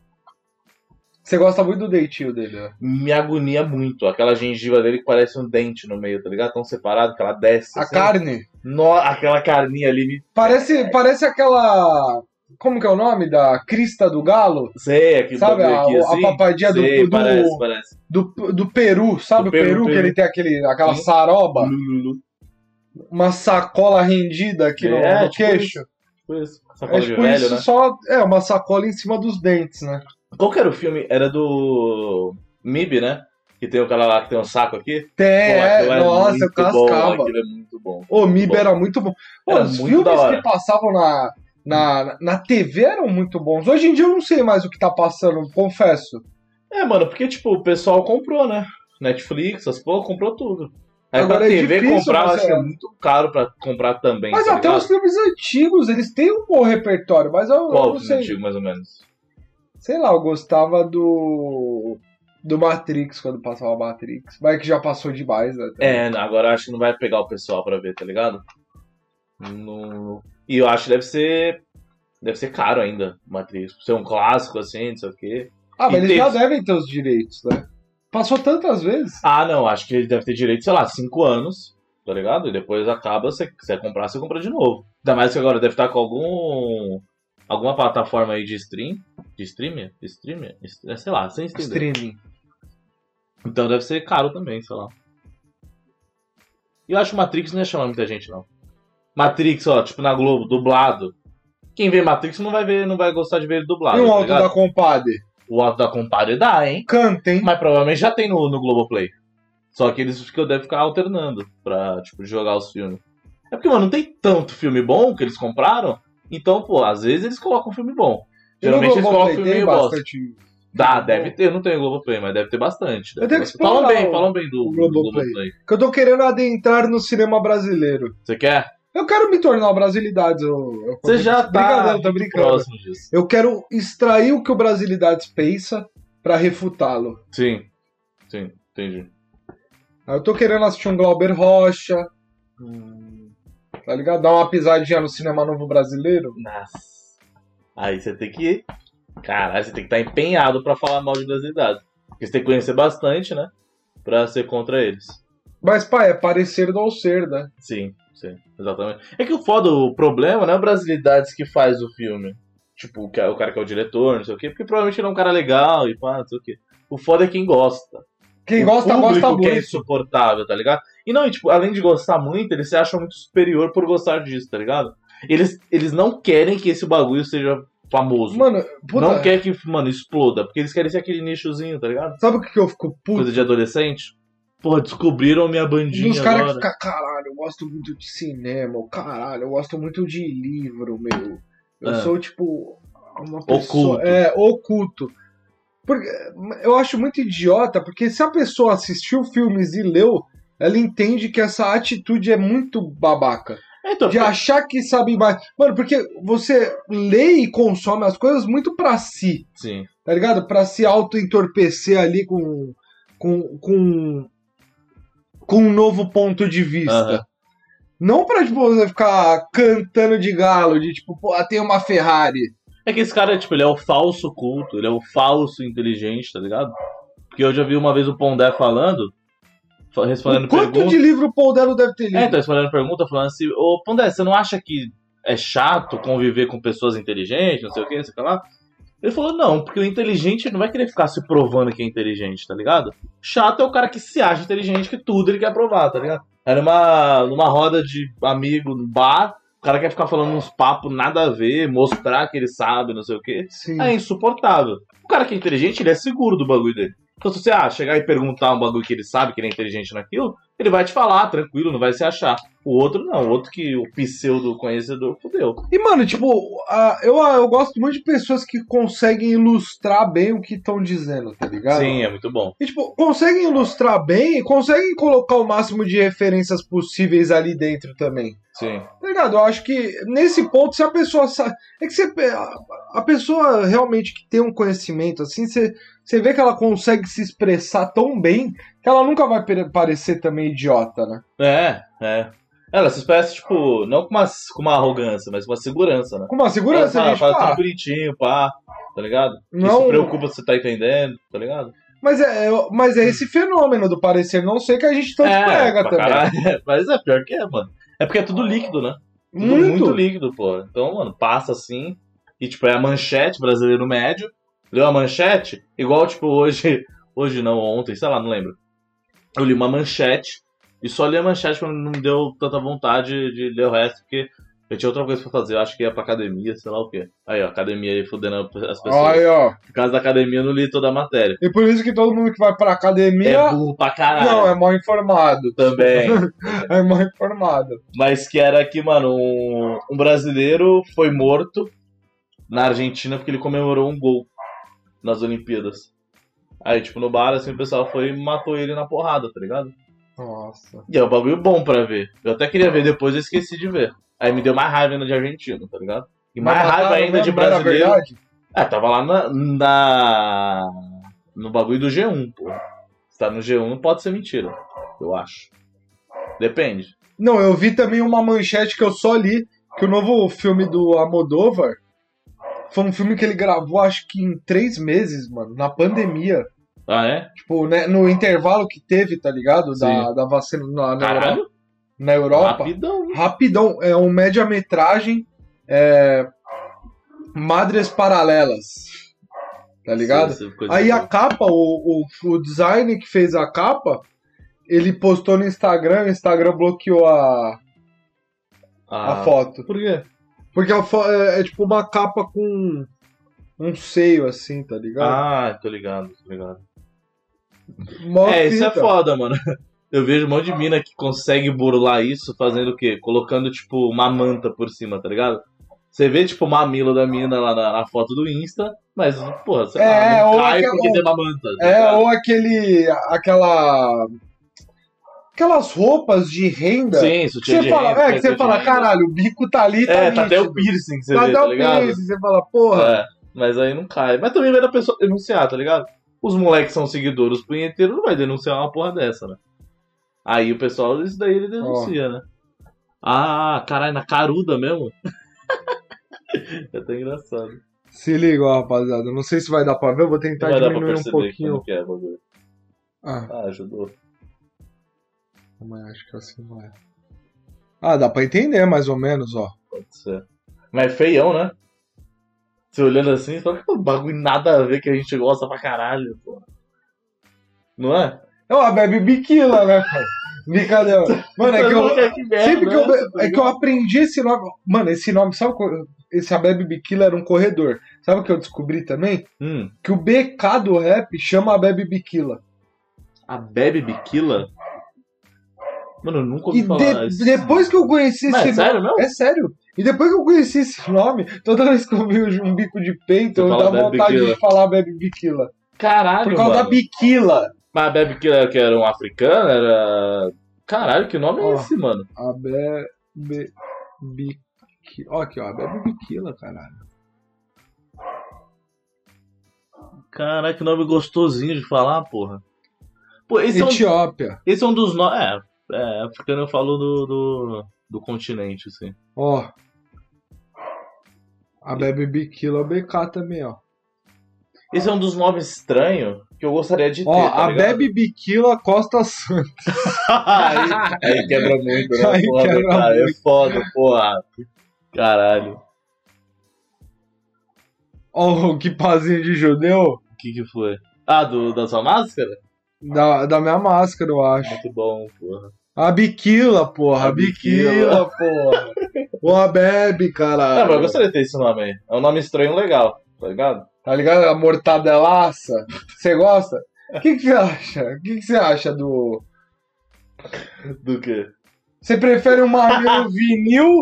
[SPEAKER 1] você gosta muito do deitinho dele, né?
[SPEAKER 2] me agonia muito. Aquela gengiva dele que parece um dente no meio, tá ligado? Tão separado que ela desce.
[SPEAKER 1] A
[SPEAKER 2] assim.
[SPEAKER 1] carne.
[SPEAKER 2] No- aquela carninha ali. me-
[SPEAKER 1] Parece, parece aquela. Como que é o nome? Da crista do galo?
[SPEAKER 2] Sei, aquele
[SPEAKER 1] sabe?
[SPEAKER 2] bagulho
[SPEAKER 1] A,
[SPEAKER 2] aqui assim.
[SPEAKER 1] a papadinha do,
[SPEAKER 2] Sei,
[SPEAKER 1] do,
[SPEAKER 2] parece, parece.
[SPEAKER 1] do- do Peru, sabe?
[SPEAKER 2] Do
[SPEAKER 1] o Peru,
[SPEAKER 2] Peru,
[SPEAKER 1] que
[SPEAKER 2] Peru.
[SPEAKER 1] ele tem aquele, aquela
[SPEAKER 2] Sim.
[SPEAKER 1] saroba,
[SPEAKER 2] Lululu.
[SPEAKER 1] uma sacola rendida aqui no,
[SPEAKER 2] É,
[SPEAKER 1] no
[SPEAKER 2] tipo
[SPEAKER 1] queixo.
[SPEAKER 2] Foi isso. Sacola
[SPEAKER 1] É
[SPEAKER 2] de
[SPEAKER 1] tipo
[SPEAKER 2] velho,
[SPEAKER 1] isso,
[SPEAKER 2] né?
[SPEAKER 1] só. É, uma sacola em cima dos dentes, né?
[SPEAKER 2] Qual que era o filme? Era do Mib, né? Que tem o cara lá que tem um saco aqui.
[SPEAKER 1] Tem,
[SPEAKER 2] Pô, aquilo
[SPEAKER 1] é, nossa, eu
[SPEAKER 2] muito bom,
[SPEAKER 1] cascava.
[SPEAKER 2] Aquilo é muito bom.
[SPEAKER 1] O Mib
[SPEAKER 2] Bom.
[SPEAKER 1] era muito bom. Pô,
[SPEAKER 2] Era
[SPEAKER 1] os
[SPEAKER 2] muito da
[SPEAKER 1] filmes
[SPEAKER 2] hora.
[SPEAKER 1] que passavam na, na, na TV eram muito bons. Hoje em dia eu não sei mais o que tá passando, confesso.
[SPEAKER 2] É, mano, porque, tipo, o pessoal comprou, né? Netflix, as porra, comprou tudo. Aí
[SPEAKER 1] Agora
[SPEAKER 2] pra
[SPEAKER 1] é
[SPEAKER 2] TV
[SPEAKER 1] difícil,
[SPEAKER 2] comprar, eu
[SPEAKER 1] mas
[SPEAKER 2] acho que
[SPEAKER 1] é-
[SPEAKER 2] é muito caro pra comprar também.
[SPEAKER 1] Mas
[SPEAKER 2] tá
[SPEAKER 1] até
[SPEAKER 2] ligado?
[SPEAKER 1] os filmes antigos, eles têm um bom repertório, mas eu, eu
[SPEAKER 2] Qual
[SPEAKER 1] não
[SPEAKER 2] o
[SPEAKER 1] sei.
[SPEAKER 2] antigo, mais ou menos?
[SPEAKER 1] Sei lá, eu gostava do. do Matrix quando passava Matrix. Mas que já passou demais, né?
[SPEAKER 2] É, agora eu acho que não vai pegar o pessoal pra ver, tá ligado? Não- E eu acho que deve ser. Deve ser caro ainda, Matrix. Por ser um clássico assim, não sei o quê.
[SPEAKER 1] Ah, mas
[SPEAKER 2] e
[SPEAKER 1] eles
[SPEAKER 2] teve-
[SPEAKER 1] já devem ter os direitos, né? Passou tantas vezes.
[SPEAKER 2] Ah, não, acho que ele deve ter direito, sei lá, 5 anos, tá ligado? E depois acaba, se você quiser comprar, você compra de novo. Ainda mais que agora deve estar com algum. Alguma plataforma aí de stream. De streamer? Streamer? Est- Sei lá, sem streamer.
[SPEAKER 1] Streaming.
[SPEAKER 2] Então deve ser caro também, sei lá. E eu acho que Matrix não ia chamar muita gente, não. Matrix, ó, tipo na Globo, dublado. Quem vê Matrix não vai ver, não vai gostar de ver ele dublado.
[SPEAKER 1] e um
[SPEAKER 2] tá
[SPEAKER 1] alto
[SPEAKER 2] ligado?
[SPEAKER 1] da compadre?
[SPEAKER 2] O Alto da Compadre dá, hein?
[SPEAKER 1] Canta, hein?
[SPEAKER 2] Mas provavelmente já tem no, no Globoplay. Só que eles ficam, devem ficar alternando pra, tipo, jogar os filmes. É porque, mano, não tem tanto filme bom que eles compraram. Então, pô, às vezes eles colocam filme bom.
[SPEAKER 1] Eu não
[SPEAKER 2] Geralmente eles
[SPEAKER 1] vou
[SPEAKER 2] colocam
[SPEAKER 1] voltar,
[SPEAKER 2] filme
[SPEAKER 1] tem
[SPEAKER 2] meio bosta.
[SPEAKER 1] bastante.
[SPEAKER 2] Dá, deve ter. Eu não tenho Globoplay, mas deve ter bastante.
[SPEAKER 1] Eu
[SPEAKER 2] Deve
[SPEAKER 1] tenho
[SPEAKER 2] ter
[SPEAKER 1] que
[SPEAKER 2] bastante. Falam
[SPEAKER 1] explorar
[SPEAKER 2] bem,
[SPEAKER 1] o
[SPEAKER 2] falam bem do, do
[SPEAKER 1] Globoplay.
[SPEAKER 2] Globoplay.
[SPEAKER 1] Que eu tô querendo adentrar no cinema brasileiro.
[SPEAKER 2] Você quer?
[SPEAKER 1] Eu quero me tornar brasilidade. Eu, eu-
[SPEAKER 2] Você já tá
[SPEAKER 1] Brincadeira, tô brincando.
[SPEAKER 2] Próximo disso.
[SPEAKER 1] Eu quero extrair o que o Brasilidades pensa pra refutá-lo.
[SPEAKER 2] Sim. Sim, entendi.
[SPEAKER 1] Eu tô querendo assistir um Glauber Rocha, tá ligado? Dar uma pisadinha no cinema novo brasileiro.
[SPEAKER 2] Nossa. Aí você tem que. Caralho, você tem que estar empenhado pra falar mal de brasileidade. Porque você tem que conhecer bastante, né? Pra ser contra eles.
[SPEAKER 1] Mas, pai, é parecer do ao ser, né?
[SPEAKER 2] Sim, sim, exatamente. É que o foda, o problema não é a brasilidades que faz o filme. Tipo, o ca- o cara que é o diretor, não sei o quê, porque provavelmente ele é um cara legal e pá, não sei o quê. O foda é quem gosta.
[SPEAKER 1] Quem
[SPEAKER 2] o
[SPEAKER 1] gosta,
[SPEAKER 2] público
[SPEAKER 1] gosta
[SPEAKER 2] que é
[SPEAKER 1] muito.
[SPEAKER 2] insuportável, tá ligado? E não, e, tipo, além de gostar muito, eles se acham muito superior por gostar disso, tá ligado? Eles, eles não querem que esse bagulho seja famoso.
[SPEAKER 1] Mano, puta,
[SPEAKER 2] Não quer que, mano, exploda, porque eles querem ser aquele nichozinho, tá ligado?
[SPEAKER 1] sabe o que que eu fico puto?
[SPEAKER 2] Coisa de adolescente. Porra, descobriram minha bandinha
[SPEAKER 1] Dos caras que
[SPEAKER 2] agora.
[SPEAKER 1] ficam, caralho, eu gosto muito de cinema, caralho, eu gosto muito de livro, meu. Eu
[SPEAKER 2] Ah.
[SPEAKER 1] sou, tipo, uma pessoa.
[SPEAKER 2] Oculto.
[SPEAKER 1] É, oculto. Porque, eu acho muito idiota, porque se a pessoa assistiu filmes e leu, ela entende que essa atitude é muito babaca.
[SPEAKER 2] É, então,
[SPEAKER 1] De achar que sabe mais. Mano, porque você lê e consome as coisas muito pra si
[SPEAKER 2] Sim,
[SPEAKER 1] tá ligado? Pra se auto-entorpecer ali com, com, com, com um novo ponto de vista.
[SPEAKER 2] Aham.
[SPEAKER 1] Não pra tipo, você ficar cantando de galo, de tipo, pô, tem uma Ferrari.
[SPEAKER 2] É que esse cara, tipo, ele é o falso culto, ele é o falso inteligente, tá ligado? Porque eu já vi uma vez o Pondé falando, fa- respondendo
[SPEAKER 1] O quanto
[SPEAKER 2] perguntas.
[SPEAKER 1] de livro o Paul Dano deve ter lido?
[SPEAKER 2] É, então respondendo pergunta, falando assim, ô Pondé, você não acha que é chato conviver com pessoas inteligentes, não sei o que, não sei o que lá? Ele falou, não, porque o inteligente não vai querer ficar se provando que é inteligente, tá ligado? Chato é o cara que se acha inteligente, que tudo ele quer provar, tá ligado? Era numa, numa roda de amigo, no bar, o cara quer ficar falando uns papos nada a ver, mostrar que ele sabe, não sei o quê.
[SPEAKER 1] Sim.
[SPEAKER 2] É insuportável. O cara que é inteligente, ele é seguro do bagulho dele. Então, se você ah, chegar e perguntar um bagulho que ele sabe que ele é inteligente naquilo, ele vai te falar, tranquilo, não vai se achar. O outro não, o outro que o pseudo conhecedor fudeu.
[SPEAKER 1] E, mano, tipo, a- eu, eu gosto muito de pessoas que conseguem ilustrar bem o que estão dizendo, tá ligado?
[SPEAKER 2] Sim, é muito bom.
[SPEAKER 1] E, tipo, conseguem ilustrar bem, conseguem colocar o máximo de referências possíveis ali dentro também.
[SPEAKER 2] Sim.
[SPEAKER 1] Tá ligado? Eu acho que nesse ponto, se a pessoa sabe. É que você, a- a pessoa realmente que tem um conhecimento assim, você, você vê que ela consegue se expressar tão bem que ela nunca vai pere- parecer também idiota, né?
[SPEAKER 2] É, é. Ela se expressa, tipo, não com uma, com uma arrogância, mas com uma segurança, né?
[SPEAKER 1] Com uma segurança,
[SPEAKER 2] ela
[SPEAKER 1] gente,
[SPEAKER 2] fala, fala
[SPEAKER 1] pá,
[SPEAKER 2] tudo bonitinho, pá, tá ligado? Não se
[SPEAKER 1] não.
[SPEAKER 2] preocupa se você tá entendendo, tá ligado?
[SPEAKER 1] Mas é, é- mas é esse fenômeno do parecer não ser que a gente tanto pega
[SPEAKER 2] É, pra
[SPEAKER 1] também.
[SPEAKER 2] caralho. Mas é pior que é, mano. É porque é tudo líquido, né? Tudo
[SPEAKER 1] Muito.
[SPEAKER 2] líquido, pô. Então, mano, passa assim. E, tipo, é a manchete, brasileiro médio. Leu a manchete, igual, tipo, hoje. Hoje não, ontem, sei lá, não lembro. Eu li uma manchete. E só li a manchete quando não me deu tanta vontade de ler o resto, porque eu tinha outra coisa pra fazer. Eu acho que ia pra academia, sei lá o quê. Aí, ó, academia aí fudendo as pessoas.
[SPEAKER 1] Aí, ó.
[SPEAKER 2] Por causa da academia, eu não li toda a matéria.
[SPEAKER 1] E por isso que todo mundo que vai pra
[SPEAKER 2] É
[SPEAKER 1] academia.
[SPEAKER 2] burro pra caralho.
[SPEAKER 1] não, é mal informado.
[SPEAKER 2] Também.
[SPEAKER 1] É mal informado.
[SPEAKER 2] mas que era que, mano, um, um brasileiro foi morto na Argentina porque ele comemorou um gol nas Olimpíadas. Aí, tipo, no bar, assim, o pessoal foi e matou ele na porrada, tá ligado?
[SPEAKER 1] Nossa.
[SPEAKER 2] E é um bagulho bom pra ver. Eu até queria ver depois, eu esqueci de ver. Aí me deu mais raiva ainda de argentino, tá ligado? E mais
[SPEAKER 1] Mas
[SPEAKER 2] raiva
[SPEAKER 1] mataram
[SPEAKER 2] ainda de
[SPEAKER 1] mesmo, era
[SPEAKER 2] brasileiro.
[SPEAKER 1] verdade?
[SPEAKER 2] Ah, tava lá na, na- No bagulho do G1, pô. Se tá no G1, não pode ser mentira. Eu acho. Depende.
[SPEAKER 1] Não, eu vi também uma manchete que eu só li, que o novo filme do Amodóvar foi um filme que ele gravou acho que em três meses, mano, na pandemia.
[SPEAKER 2] Ah, é?
[SPEAKER 1] Tipo, né, no intervalo que teve, tá ligado? Da,
[SPEAKER 2] Sim.
[SPEAKER 1] da vacina na, na Europa.
[SPEAKER 2] Caralho.
[SPEAKER 1] Na Europa.
[SPEAKER 2] Rapidão.
[SPEAKER 1] Rapidão, é um média-metragem é, Madres Paralelas. Tá ligado?
[SPEAKER 2] Essa coisa
[SPEAKER 1] Aí a
[SPEAKER 2] boa.
[SPEAKER 1] capa, o, o, o design que fez a capa, ele postou no Instagram, o Instagram bloqueou a,
[SPEAKER 2] Ah.
[SPEAKER 1] a foto.
[SPEAKER 2] Por quê?
[SPEAKER 1] Porque a fo- é, é tipo uma capa com um seio assim, tá ligado?
[SPEAKER 2] Ah, tô ligado, tô ligado.
[SPEAKER 1] Mó
[SPEAKER 2] é, isso é
[SPEAKER 1] fita.
[SPEAKER 2] foda, mano. Eu vejo um monte de mina que consegue burlar isso fazendo o quê? Colocando, tipo, uma manta por cima, tá ligado? Você vê, tipo, o mamilo da mina lá na, na foto do Insta, mas, porra, sei
[SPEAKER 1] É,
[SPEAKER 2] lá, não
[SPEAKER 1] ou
[SPEAKER 2] cai
[SPEAKER 1] aquela-
[SPEAKER 2] porque tem uma manta. tá
[SPEAKER 1] É,
[SPEAKER 2] ligado?
[SPEAKER 1] ou aquele. aquela. Aquelas roupas de renda.
[SPEAKER 2] Sim,
[SPEAKER 1] que
[SPEAKER 2] sutiã
[SPEAKER 1] você
[SPEAKER 2] de
[SPEAKER 1] fala,
[SPEAKER 2] renda,
[SPEAKER 1] é, que
[SPEAKER 2] sutiã
[SPEAKER 1] você
[SPEAKER 2] de
[SPEAKER 1] fala,
[SPEAKER 2] renda.
[SPEAKER 1] caralho, o bico tá ali, tá
[SPEAKER 2] É, tá até
[SPEAKER 1] nítido.
[SPEAKER 2] o piercing que você
[SPEAKER 1] Tá
[SPEAKER 2] vê,
[SPEAKER 1] até
[SPEAKER 2] tá
[SPEAKER 1] o
[SPEAKER 2] ligado?
[SPEAKER 1] piercing, você fala, porra.
[SPEAKER 2] É, mas aí não cai. Mas também vai da pessoa denunciar, tá ligado? Os moleques são seguidores, os punheteiros não vai denunciar uma porra dessa, né? Aí o pessoal, isso daí ele denuncia, né? Ah, caralho, na caruda mesmo? é até engraçado.
[SPEAKER 1] Se liga, ó, rapaziada. Não sei se vai dar pra ver, eu vou tentar
[SPEAKER 2] É. vai dar pra
[SPEAKER 1] diminuir um
[SPEAKER 2] perceber
[SPEAKER 1] pouquinho.
[SPEAKER 2] como que é, bagulho.
[SPEAKER 1] Ah,
[SPEAKER 2] Ah, ajudou.
[SPEAKER 1] mas acho que assim não é. Ah, dá pra entender mais ou menos, ó.
[SPEAKER 2] Pode ser. Mas é feião, né? Você olhando assim, você fala, pô, bagulho nada a ver que a gente gosta pra caralho, pô. Não é?
[SPEAKER 1] É uma bebe biquila, né, cara? Brincadeira. Mano, é que
[SPEAKER 2] Tá
[SPEAKER 1] eu. Sempre
[SPEAKER 2] né?
[SPEAKER 1] que eu, é que eu aprendi esse nome. Mano, esse nome, sabe? qual- Esse Abebe Biquila era um corredor. Sabe o que eu descobri também?
[SPEAKER 2] Hum,
[SPEAKER 1] Que o BK do rap chama Abebe Biquila.
[SPEAKER 2] a Bebe Biquila? Mano, eu nunca ouvi
[SPEAKER 1] E
[SPEAKER 2] falar
[SPEAKER 1] de-
[SPEAKER 2] isso.
[SPEAKER 1] depois que eu conheci
[SPEAKER 2] Mas,
[SPEAKER 1] esse nome.
[SPEAKER 2] sério mesmo?
[SPEAKER 1] É sério. E depois que eu conheci esse nome, toda vez que eu vi um bico de peito,
[SPEAKER 2] Você
[SPEAKER 1] eu
[SPEAKER 2] fala
[SPEAKER 1] dá
[SPEAKER 2] Bebe
[SPEAKER 1] vontade
[SPEAKER 2] Biquila.
[SPEAKER 1] de falar Bebe Biquila.
[SPEAKER 2] Caralho,
[SPEAKER 1] Por causa
[SPEAKER 2] mano.
[SPEAKER 1] da biquila.
[SPEAKER 2] Mas a Bebe Biquila que era um africano, era... Caralho, que nome
[SPEAKER 1] Ó.
[SPEAKER 2] é esse, mano?
[SPEAKER 1] Abebe Biquila. Ó, aqui, ó. Abebe Biquila, caralho.
[SPEAKER 2] Caralho, que nome gostosinho de falar, porra. Pô, esse é um
[SPEAKER 1] Etiópia.
[SPEAKER 2] Esse é um dos nós. É, é, africano eu falo do, do, do continente, assim.
[SPEAKER 1] Ó. Abebe Biquila é o BK também, ó.
[SPEAKER 2] Esse é um dos nomes estranhos que eu gostaria de ter.
[SPEAKER 1] Ó,
[SPEAKER 2] tá
[SPEAKER 1] a
[SPEAKER 2] ligado?
[SPEAKER 1] Bebe Biquila Costa Santos.
[SPEAKER 2] aí, aí quebra muito, né?
[SPEAKER 1] Aí
[SPEAKER 2] Porra,
[SPEAKER 1] quebra
[SPEAKER 2] cara, É foda, porra. Caralho.
[SPEAKER 1] Ó, o que pazinho de judeu
[SPEAKER 2] O que que foi? Ah, do, da sua máscara?
[SPEAKER 1] da, da minha máscara, eu acho.
[SPEAKER 2] Muito bom, porra.
[SPEAKER 1] A Biquila, porra.
[SPEAKER 2] A
[SPEAKER 1] A Biquila, porra. O Abebe,
[SPEAKER 2] Ah, mas eu
[SPEAKER 1] caralho.
[SPEAKER 2] gostaria de ter esse nome aí. É um nome estranho legal, tá ligado?
[SPEAKER 1] Tá ligado? A mortadelaça. Você gosta? O que que você acha? O que que você acha do...
[SPEAKER 2] Do quê?
[SPEAKER 1] Você prefere um mamilo vinil?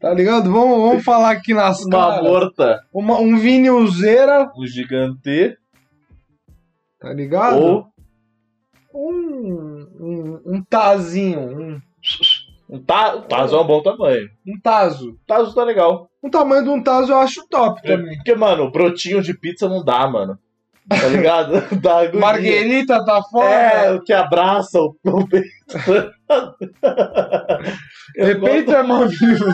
[SPEAKER 1] Tá ligado? Vamos, vamos falar aqui nas
[SPEAKER 2] Uma
[SPEAKER 1] caras.
[SPEAKER 2] morta,
[SPEAKER 1] Uma, um vinilzeira,
[SPEAKER 2] um gigante
[SPEAKER 1] tá ligado?
[SPEAKER 2] ou
[SPEAKER 1] Um, um, um tazinho, um,
[SPEAKER 2] um ta... Tazo é um bom tamanho.
[SPEAKER 1] um tazo.
[SPEAKER 2] Tazo tá legal.
[SPEAKER 1] O tamanho de um Tazo eu acho top
[SPEAKER 2] É,
[SPEAKER 1] também.
[SPEAKER 2] Porque, mano, brotinho de pizza não dá, mano. Tá ligado? dá agonia.
[SPEAKER 1] Marguerita tá
[SPEAKER 2] É,
[SPEAKER 1] fora.
[SPEAKER 2] o que abraça o, o peito.
[SPEAKER 1] De
[SPEAKER 2] Eu gosto-
[SPEAKER 1] repente é mamilo.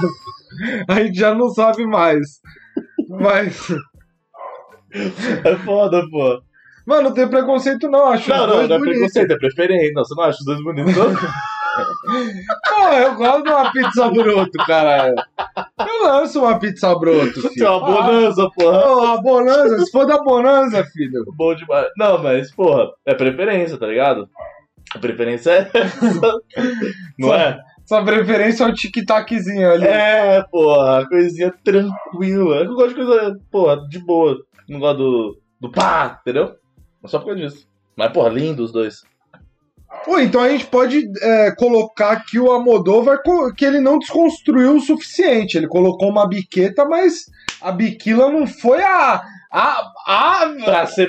[SPEAKER 1] A gente já não sabe mais. Mas.
[SPEAKER 2] É foda, pô.
[SPEAKER 1] Mano, não tem preconceito, não. Acho
[SPEAKER 2] Não,
[SPEAKER 1] os
[SPEAKER 2] não,
[SPEAKER 1] dois
[SPEAKER 2] não é
[SPEAKER 1] bonitos.
[SPEAKER 2] preconceito, é preferência. Não, você não acha os dois bonitos, não?
[SPEAKER 1] Pô, eu gosto de uma pizza broto, caralho. Eu lanço uma pizza broto,
[SPEAKER 2] Você é
[SPEAKER 1] filho.
[SPEAKER 2] uma bonança,
[SPEAKER 1] Ah,
[SPEAKER 2] porra.
[SPEAKER 1] ô, a bonanza, se for da bonanza, filho.
[SPEAKER 2] Bom demais. Não, mas, porra, é preferência, tá ligado? A preferência é essa. Não é?
[SPEAKER 1] Sua preferência é o tic-taczinho ali.
[SPEAKER 2] É, porra, coisinha tranquila. Eu gosto de coisa, porra, de boa. Não gosto do, do pá, entendeu? É só por causa disso. Mas, porra, lindo os dois.
[SPEAKER 1] Pô, então a gente pode é, colocar que o Amodóvar co- que ele não desconstruiu o suficiente. Ele colocou uma biqueta, mas a biquila não foi a. a, a
[SPEAKER 2] Pra ser né?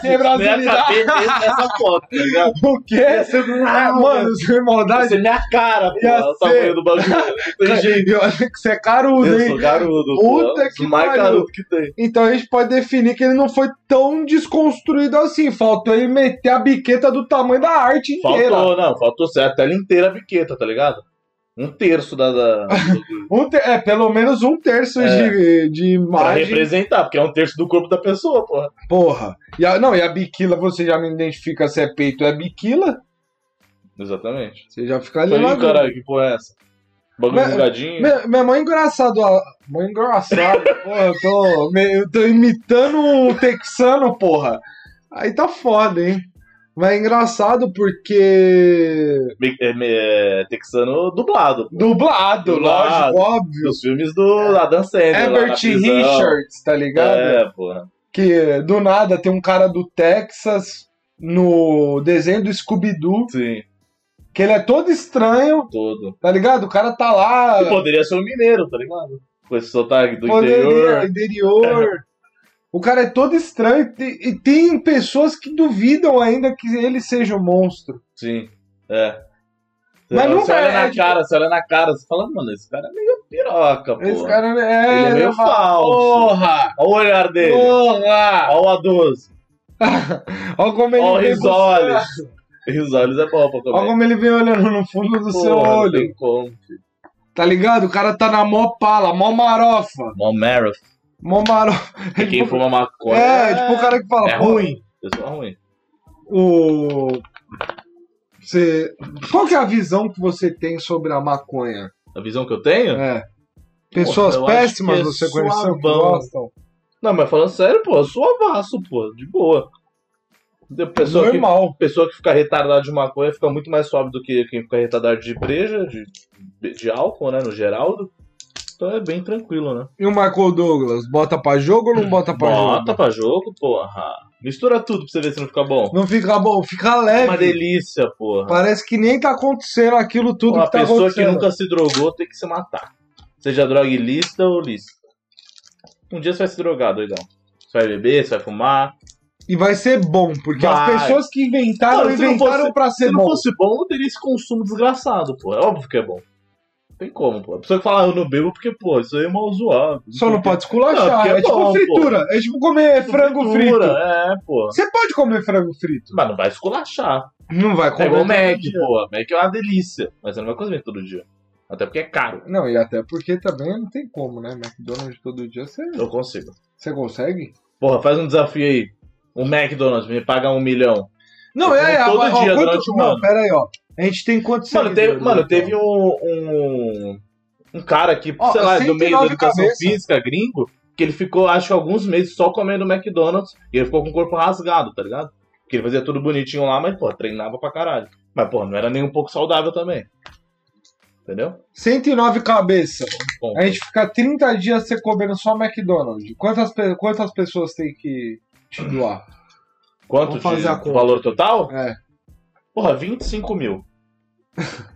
[SPEAKER 1] Pra ser brasileidade.
[SPEAKER 2] não ia caber dentro dessa foto, tá ligado?
[SPEAKER 1] o
[SPEAKER 2] Ia
[SPEAKER 1] quê?
[SPEAKER 2] ser,
[SPEAKER 1] Ah, mano, sem
[SPEAKER 2] ia
[SPEAKER 1] maldade.
[SPEAKER 2] ser minha cara, porra,
[SPEAKER 1] Ia
[SPEAKER 2] o
[SPEAKER 1] ser.
[SPEAKER 2] tamanho do bagulho. Não tem jeito.
[SPEAKER 1] Eu acho que você é carudo,
[SPEAKER 2] Eu
[SPEAKER 1] hein?
[SPEAKER 2] sou garoto,
[SPEAKER 1] Puta
[SPEAKER 2] porra.
[SPEAKER 1] que
[SPEAKER 2] Sou mais
[SPEAKER 1] pariu.
[SPEAKER 2] garoto que tem.
[SPEAKER 1] Então a gente pode definir que ele não foi tão desconstruído assim. Faltou ele meter a biqueta do tamanho da arte inteira.
[SPEAKER 2] Faltou, não, faltou ser a tela inteira a biqueta, tá ligado? Um terço da. da do-
[SPEAKER 1] Um ter- é, pelo menos um terço
[SPEAKER 2] É.
[SPEAKER 1] de, de
[SPEAKER 2] pra
[SPEAKER 1] imagem
[SPEAKER 2] representar, porque é um terço do corpo da pessoa, porra.
[SPEAKER 1] Porra. E a- não, e a biquila, você já não identifica se é peito ou é biquila,
[SPEAKER 2] Exatamente.
[SPEAKER 1] você já fica ali
[SPEAKER 2] Falei,
[SPEAKER 1] na
[SPEAKER 2] "Ih, caralho, que porra é essa? Bagulho
[SPEAKER 1] Mas-
[SPEAKER 2] bugadinho.
[SPEAKER 1] minha, minha mãe é engraçado, a mãe é engraçado, porra, eu um tô, me- eu tô imitando o texano, porra. Aí tá foda, hein? Mas é engraçado porque.
[SPEAKER 2] Me- é, me- é, texano dublado.
[SPEAKER 1] Dublado,
[SPEAKER 2] Dublado.
[SPEAKER 1] lógico, óbvio.
[SPEAKER 2] Os filmes do Adam Sandler. lá na
[SPEAKER 1] É. Herbert
[SPEAKER 2] prisão.
[SPEAKER 1] Richards, tá ligado?
[SPEAKER 2] É, pô.
[SPEAKER 1] Que do nada tem um cara do Texas no desenho do Scooby-Doo,
[SPEAKER 2] Sim,
[SPEAKER 1] que ele é todo estranho,
[SPEAKER 2] todo.
[SPEAKER 1] tá ligado? O cara tá lá.
[SPEAKER 2] E poderia ser um mineiro, tá ligado? Com esse sotaque do
[SPEAKER 1] Poderia,
[SPEAKER 2] interior.
[SPEAKER 1] né? interior. O cara é todo estranho e e tem pessoas que duvidam ainda que ele seja um monstro.
[SPEAKER 2] Sim, é. Você,
[SPEAKER 1] Mas
[SPEAKER 2] você
[SPEAKER 1] nunca
[SPEAKER 2] olha
[SPEAKER 1] é,
[SPEAKER 2] na
[SPEAKER 1] tipo-
[SPEAKER 2] cara, você olha na cara, você fala, mano, esse cara é meio piroca, pô.
[SPEAKER 1] Esse cara é.
[SPEAKER 2] Tá Ele é meio
[SPEAKER 1] eu falo,
[SPEAKER 2] falso.
[SPEAKER 1] Porra!
[SPEAKER 2] Olha o olhar dele.
[SPEAKER 1] Porra!
[SPEAKER 2] Olha o A12.
[SPEAKER 1] Olha como ele
[SPEAKER 2] Olha o
[SPEAKER 1] vem buscar-
[SPEAKER 2] risoles. Risoles é bom pra comer.
[SPEAKER 1] Olha como ele vem olhando no fundo do seu
[SPEAKER 2] Porra, não
[SPEAKER 1] olho.
[SPEAKER 2] tem como.
[SPEAKER 1] Tá ligado? O cara tá na mó pala, mó marofa.
[SPEAKER 2] Mó Marath.
[SPEAKER 1] Mó marofa.
[SPEAKER 2] E quem fuma maconha.
[SPEAKER 1] é, tipo o cara que fala,
[SPEAKER 2] é
[SPEAKER 1] ruim.
[SPEAKER 2] Pessoal ruim.
[SPEAKER 1] O. Você. Qual que é a visão que você tem sobre a maconha?
[SPEAKER 2] A visão que eu tenho?
[SPEAKER 1] É. Pessoas
[SPEAKER 2] eu acho
[SPEAKER 1] péssimas
[SPEAKER 2] que é
[SPEAKER 1] você conheceu que
[SPEAKER 2] suavão.
[SPEAKER 1] gostam.
[SPEAKER 2] Não, mas falando sério, pô, eu sou avasso, pô, de boa. De- Pessoa que,
[SPEAKER 1] Normal.
[SPEAKER 2] pessoa que fica retardada de maconha fica muito mais suave do que quem fica retardado de breja, de, de álcool, né, no geral. Então é bem tranquilo, né?
[SPEAKER 1] E o Michael Douglas, bota pra jogo ou não bota pra
[SPEAKER 2] Bota
[SPEAKER 1] jogo?
[SPEAKER 2] pra jogo, porra. Mistura tudo pra você ver se não fica bom.
[SPEAKER 1] Não fica bom, fica leve.
[SPEAKER 2] Uma delícia, porra.
[SPEAKER 1] Parece que nem tá acontecendo aquilo tudo
[SPEAKER 2] Uma
[SPEAKER 1] que tá
[SPEAKER 2] pessoa que
[SPEAKER 1] acontecendo.
[SPEAKER 2] nunca se drogou tem que se matar. Seja droga ilícita ou lícita. Um dia você vai se drogar, doidão. Você vai beber, você vai fumar.
[SPEAKER 1] E vai ser bom, porque
[SPEAKER 2] Vai.
[SPEAKER 1] as pessoas que inventaram,
[SPEAKER 2] Cara, se não
[SPEAKER 1] inventaram
[SPEAKER 2] fosse-
[SPEAKER 1] pra
[SPEAKER 2] Se
[SPEAKER 1] ser
[SPEAKER 2] não
[SPEAKER 1] bom.
[SPEAKER 2] fosse bom, não teria esse consumo desgraçado, pô. É óbvio que é bom. Não Tem como, pô. A pessoa que fala, "Ah, eu não bebo porque, pô, isso aí é mal zoado.
[SPEAKER 1] Só não pode
[SPEAKER 2] Não,
[SPEAKER 1] esculachar.
[SPEAKER 2] porque é
[SPEAKER 1] é, tipo
[SPEAKER 2] bom, pô.
[SPEAKER 1] fritura. É tipo comer frango
[SPEAKER 2] Fritura,
[SPEAKER 1] frito.
[SPEAKER 2] É, pô.
[SPEAKER 1] Você pode comer frango frito.
[SPEAKER 2] Mas não vai esculachar.
[SPEAKER 1] Não vai
[SPEAKER 2] É
[SPEAKER 1] comer.
[SPEAKER 2] igual o
[SPEAKER 1] todo
[SPEAKER 2] Mac,
[SPEAKER 1] dia.
[SPEAKER 2] pô. Mac é uma delícia. Mas você não vai comer todo dia. Até porque é caro.
[SPEAKER 1] Não, e até porque também não tem como, né? McDonald's todo dia você,
[SPEAKER 2] Eu consigo.
[SPEAKER 1] você consegue?
[SPEAKER 2] Porra, faz um desafio aí. O McDonald's me paga um milhão.
[SPEAKER 1] Não,
[SPEAKER 2] Eu
[SPEAKER 1] é, é.
[SPEAKER 2] como todo
[SPEAKER 1] ó,
[SPEAKER 2] dia,
[SPEAKER 1] quanto-
[SPEAKER 2] durante um
[SPEAKER 1] não,
[SPEAKER 2] ano.
[SPEAKER 1] pera aí, ó. A gente tem quantos
[SPEAKER 2] Mano, teve,
[SPEAKER 1] seguidores,
[SPEAKER 2] mano,
[SPEAKER 1] então?
[SPEAKER 2] teve um, um. um cara aqui,
[SPEAKER 1] Ó,
[SPEAKER 2] sei lá, é do meio
[SPEAKER 1] 109
[SPEAKER 2] da educação
[SPEAKER 1] cabeça.
[SPEAKER 2] física gringo, que ele ficou, acho que alguns meses só comendo McDonald's e ele ficou com o corpo rasgado, tá ligado? Porque ele fazia tudo bonitinho lá, mas, pô, treinava pra caralho. Mas, pô, não era nem um pouco saudável também. Entendeu?
[SPEAKER 1] 109 cabeças.
[SPEAKER 2] Bom,
[SPEAKER 1] A gente fica 30 dias você comendo só McDonald's. Quantas, pe- quantas pessoas tem que te doar?
[SPEAKER 2] quanto
[SPEAKER 1] vamos fazer
[SPEAKER 2] de
[SPEAKER 1] a conta.
[SPEAKER 2] valor total?
[SPEAKER 1] É.
[SPEAKER 2] Porra, 25 mil.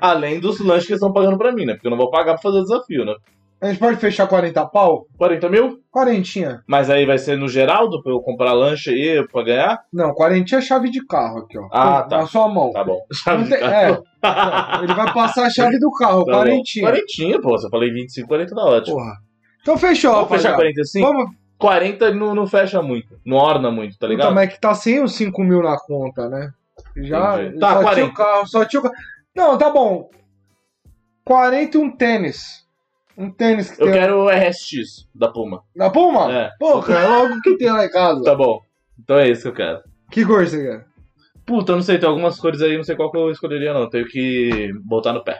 [SPEAKER 2] Além dos lanches que eles estão pagando pra mim, né? Porque eu não vou pagar pra fazer o desafio, né?
[SPEAKER 1] A gente pode fechar 40 pau?
[SPEAKER 2] 40 mil?
[SPEAKER 1] Quarentinha.
[SPEAKER 2] Mas aí vai ser no Geraldo pra eu comprar lanche e pra ganhar?
[SPEAKER 1] Não, quarentinha é chave de carro aqui, ó.
[SPEAKER 2] Ah,
[SPEAKER 1] Com-
[SPEAKER 2] tá.
[SPEAKER 1] Na sua mão.
[SPEAKER 2] Tá bom.
[SPEAKER 1] Não tem- é, não, ele vai passar a chave do carro,
[SPEAKER 2] Tá bom.
[SPEAKER 1] quarentinha.
[SPEAKER 2] Quarentinha, pô. Se eu falei 25, 40 tá ótimo.
[SPEAKER 1] Porra. Então fechou,
[SPEAKER 2] Vamos fechar
[SPEAKER 1] rapaziada.
[SPEAKER 2] 45?
[SPEAKER 1] Vamos,
[SPEAKER 2] 40 não, não fecha muito. Não orna muito, tá
[SPEAKER 1] Puta,
[SPEAKER 2] ligado?
[SPEAKER 1] mas que tá sem os 5 mil na conta, né? Já.
[SPEAKER 2] Entendi. Tá,
[SPEAKER 1] só
[SPEAKER 2] 40.
[SPEAKER 1] tinha o carro, só tinha o carro. Não, tá bom. 40 e um tênis. Um tênis que
[SPEAKER 2] Eu
[SPEAKER 1] tem.
[SPEAKER 2] quero o RSX da Puma.
[SPEAKER 1] Na Puma?
[SPEAKER 2] É.
[SPEAKER 1] Pô, cara, logo que tem lá em casa.
[SPEAKER 2] Tá bom. Então é isso que eu quero.
[SPEAKER 1] Que cor você quer?
[SPEAKER 2] Puta, eu não sei, tem algumas cores aí, não sei qual que eu escolheria, não. Tenho que botar no pé.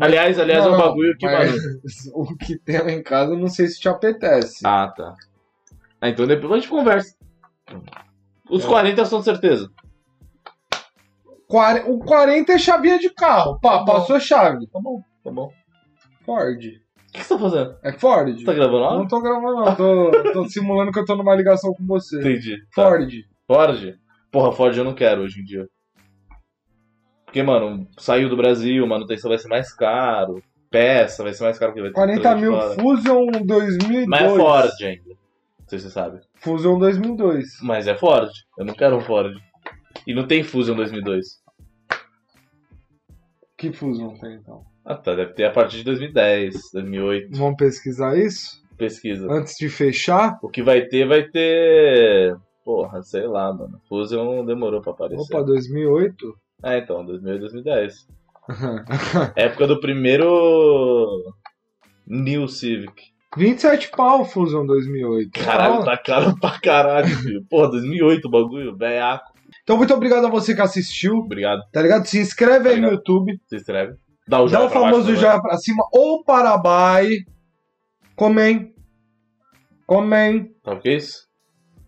[SPEAKER 2] Aliás, aliás,
[SPEAKER 1] Não,
[SPEAKER 2] é um
[SPEAKER 1] não,
[SPEAKER 2] bagulho que,
[SPEAKER 1] mas-
[SPEAKER 2] mano.
[SPEAKER 1] O que tem lá em casa, eu não sei se te apetece.
[SPEAKER 2] Ah, tá. Ah, então depois a gente conversa. Os
[SPEAKER 1] É.
[SPEAKER 2] 40 são certeza.
[SPEAKER 1] Quare- O 40 é chavinha de carro. Pá,
[SPEAKER 2] Tá bom.
[SPEAKER 1] passou a chave.
[SPEAKER 2] Tá bom, tá bom. O
[SPEAKER 1] Ford.
[SPEAKER 2] que você tá fazendo?
[SPEAKER 1] É Ford?
[SPEAKER 2] Você tá gravando lá?
[SPEAKER 1] Não tô gravando, não. Tô, tô simulando que eu tô numa ligação com você.
[SPEAKER 2] Entendi. Tá.
[SPEAKER 1] Ford.
[SPEAKER 2] Ford? Porra, Ford eu não quero hoje em dia. Porque, mano, saiu do Brasil, manutenção vai ser mais caro. Peça vai ser mais caro que vai ter. que
[SPEAKER 1] 40
[SPEAKER 2] trazer de
[SPEAKER 1] mil
[SPEAKER 2] fora.
[SPEAKER 1] Fusion 2002.
[SPEAKER 2] Mas é Ford ainda. Não sei se você sabe.
[SPEAKER 1] Fusion 2002.
[SPEAKER 2] Mas é Ford. Eu não quero um Ford. E não tem Fusion 2002.
[SPEAKER 1] Que Fusion tem então?
[SPEAKER 2] Ah tá, deve ter a partir de 2010, 2008.
[SPEAKER 1] Vamos pesquisar isso?
[SPEAKER 2] Pesquisa.
[SPEAKER 1] Antes de fechar?
[SPEAKER 2] O que vai ter, vai ter. Porra, sei lá, mano. Fusion demorou pra aparecer.
[SPEAKER 1] Opa, 2008?
[SPEAKER 2] É, então, 2008, 2010. Época do primeiro New Civic.
[SPEAKER 1] 27 pau Fusion 2008.
[SPEAKER 2] Caralho,
[SPEAKER 1] Ah,
[SPEAKER 2] tá caro pra caralho, filho. Porra, 2008 o bagulho, velhaco.
[SPEAKER 1] Então, muito obrigado a você que assistiu,
[SPEAKER 2] Obrigado,
[SPEAKER 1] tá ligado? Se inscreve aí no
[SPEAKER 2] Obrigado.
[SPEAKER 1] YouTube,
[SPEAKER 2] se inscreve. Dá o
[SPEAKER 1] dá
[SPEAKER 2] joinha
[SPEAKER 1] o
[SPEAKER 2] pra baixo,
[SPEAKER 1] famoso
[SPEAKER 2] né?
[SPEAKER 1] já pra cima ou para baixo. Comem. Comem.
[SPEAKER 2] Sabe o que é isso?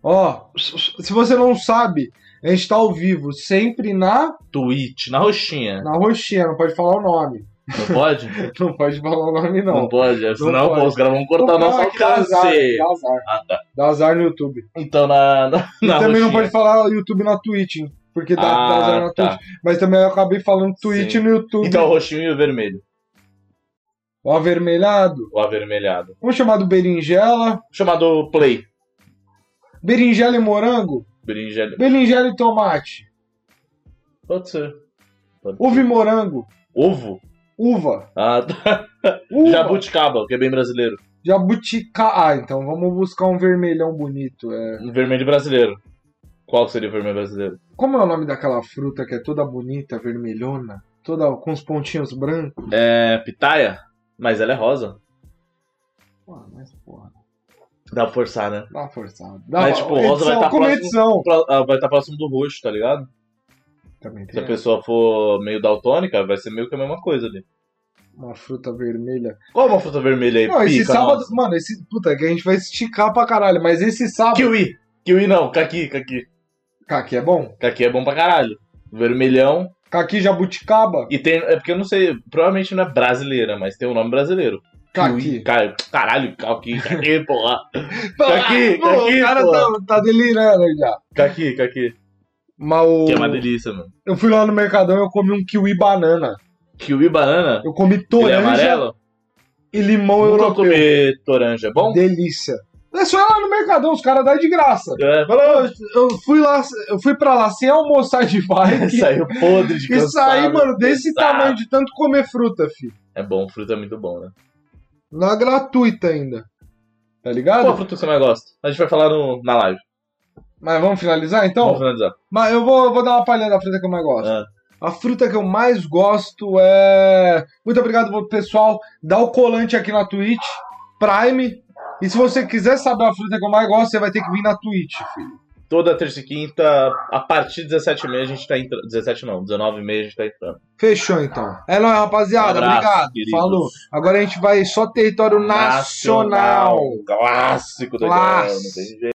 [SPEAKER 1] Ó, se você não sabe, A gente tá ao vivo sempre na,
[SPEAKER 2] Twitch, na roxinha.
[SPEAKER 1] na roxinha, não pode falar o nome.
[SPEAKER 2] Não pode?
[SPEAKER 1] Não pode falar o nome,
[SPEAKER 2] Não,
[SPEAKER 1] não.
[SPEAKER 2] pode, É, senão
[SPEAKER 1] pode.
[SPEAKER 2] os caras vão cortar o nosso
[SPEAKER 1] Não, é que dá azar,
[SPEAKER 2] alcance.
[SPEAKER 1] dá azar.
[SPEAKER 2] Ah, tá.
[SPEAKER 1] Dá azar no YouTube.
[SPEAKER 2] Então na, na,
[SPEAKER 1] E
[SPEAKER 2] na
[SPEAKER 1] também
[SPEAKER 2] roxinha.
[SPEAKER 1] não pode falar YouTube na Twitch, hein? Porque dá, dá
[SPEAKER 2] Ah,
[SPEAKER 1] azar na
[SPEAKER 2] tá.
[SPEAKER 1] Twitch. Mas também eu acabei falando Twitch
[SPEAKER 2] Sim.
[SPEAKER 1] no YouTube.
[SPEAKER 2] Então o roxinho e o vermelho,
[SPEAKER 1] O avermelhado.
[SPEAKER 2] o avermelhado.
[SPEAKER 1] Vamos chamar do berinjela.
[SPEAKER 2] Chamado Play,
[SPEAKER 1] Berinjela e morango.
[SPEAKER 2] berinjela.
[SPEAKER 1] Berinjela e tomate.
[SPEAKER 2] Pode ser. Pode
[SPEAKER 1] Uva e
[SPEAKER 2] ser.
[SPEAKER 1] morango.
[SPEAKER 2] Ovo?
[SPEAKER 1] Uva.
[SPEAKER 2] Ah, tá.
[SPEAKER 1] Uva.
[SPEAKER 2] Jabuticaba, que é bem brasileiro.
[SPEAKER 1] Jabutica. Ah, então vamos buscar um vermelhão bonito. É...
[SPEAKER 2] Um vermelho brasileiro. Qual seria o vermelho brasileiro?
[SPEAKER 1] Como é o nome daquela fruta que é toda bonita, vermelhona? Toda com os pontinhos brancos.
[SPEAKER 2] É. Pitaia? Mas ela é rosa.
[SPEAKER 1] Pô, mas porra,
[SPEAKER 2] Dá pra forçar, né?
[SPEAKER 1] dá uma forçada. Dá
[SPEAKER 2] Mas,
[SPEAKER 1] uma...
[SPEAKER 2] tipo, rosa vai
[SPEAKER 1] edição,
[SPEAKER 2] tá
[SPEAKER 1] como
[SPEAKER 2] próximo-
[SPEAKER 1] edição.
[SPEAKER 2] Pra- ah, Vai estar próximo do roxo, tá ligado?
[SPEAKER 1] Também tem
[SPEAKER 2] Se a pessoa for meio daltônica, vai ser meio que a mesma coisa ali.
[SPEAKER 1] uma fruta vermelha.
[SPEAKER 2] Qual é uma fruta vermelha aí?
[SPEAKER 1] Não, esse
[SPEAKER 2] Pica,
[SPEAKER 1] sábado,
[SPEAKER 2] nossa.
[SPEAKER 1] mano, esse puta que a gente vai esticar pra caralho, mas esse sábado,
[SPEAKER 2] Kiwi! Kiwi não, caqui, caqui.
[SPEAKER 1] caqui é bom?
[SPEAKER 2] Caqui é bom pra caralho. Vermelhão.
[SPEAKER 1] Caqui jabuticaba?
[SPEAKER 2] E tem. É porque eu não sei, provavelmente não é brasileira, mas tem um nome brasileiro.
[SPEAKER 1] Caqui.
[SPEAKER 2] Kiwi, ca- Caralho, caqui, caqui, porra.
[SPEAKER 1] Caqui,
[SPEAKER 2] Caqui, caqui,
[SPEAKER 1] o cara
[SPEAKER 2] pô.
[SPEAKER 1] tá, tá delirando aí já.
[SPEAKER 2] Caqui, caqui.
[SPEAKER 1] Mas o-
[SPEAKER 2] Que é uma delícia, mano.
[SPEAKER 1] eu fui lá no mercadão e eu comi um kiwi banana.
[SPEAKER 2] Kiwi banana?
[SPEAKER 1] Eu comi
[SPEAKER 2] Ele é
[SPEAKER 1] toranja
[SPEAKER 2] amarelo?
[SPEAKER 1] e limão
[SPEAKER 2] Nunca
[SPEAKER 1] europeu.
[SPEAKER 2] comi toranja, é bom?
[SPEAKER 1] Delícia. É só ir lá no mercadão, os caras dão de graça.
[SPEAKER 2] É, falou,
[SPEAKER 1] Eu fui lá, eu fui pra lá sem almoçar de bike.
[SPEAKER 2] saiu podre de
[SPEAKER 1] E
[SPEAKER 2] cansado.
[SPEAKER 1] saí, mano, desse
[SPEAKER 2] cansado.
[SPEAKER 1] tamanho de tanto comer fruta, fi.
[SPEAKER 2] É bom, fruta é muito bom, né?
[SPEAKER 1] Não é gratuita ainda. Tá ligado?
[SPEAKER 2] Qual fruta você mais gosta? A gente vai falar no, na live.
[SPEAKER 1] Mas vamos finalizar
[SPEAKER 2] Vamos
[SPEAKER 1] então?
[SPEAKER 2] finalizar.
[SPEAKER 1] Mas eu vou, vou dar uma palhinha da fruta que eu mais gosto.
[SPEAKER 2] Ah.
[SPEAKER 1] A fruta que eu mais gosto é. Muito obrigado pro pessoal. Dá o colante aqui na Twitch, Prime. E se você quiser saber a fruta que eu mais gosto, você vai ter que vir na Twitch, filho.
[SPEAKER 2] Toda terça e quinta, a partir de 17h30 a gente tá entrando. 17 não, 19h30 a gente tá entrando.
[SPEAKER 1] Fechou então. É nóis, rapaziada.
[SPEAKER 2] Um abraço,
[SPEAKER 1] obrigado.
[SPEAKER 2] queridos.
[SPEAKER 1] Falou. Agora a gente vai só território nacional.
[SPEAKER 2] Clássico do
[SPEAKER 1] Clássico.
[SPEAKER 2] Não tem jeito.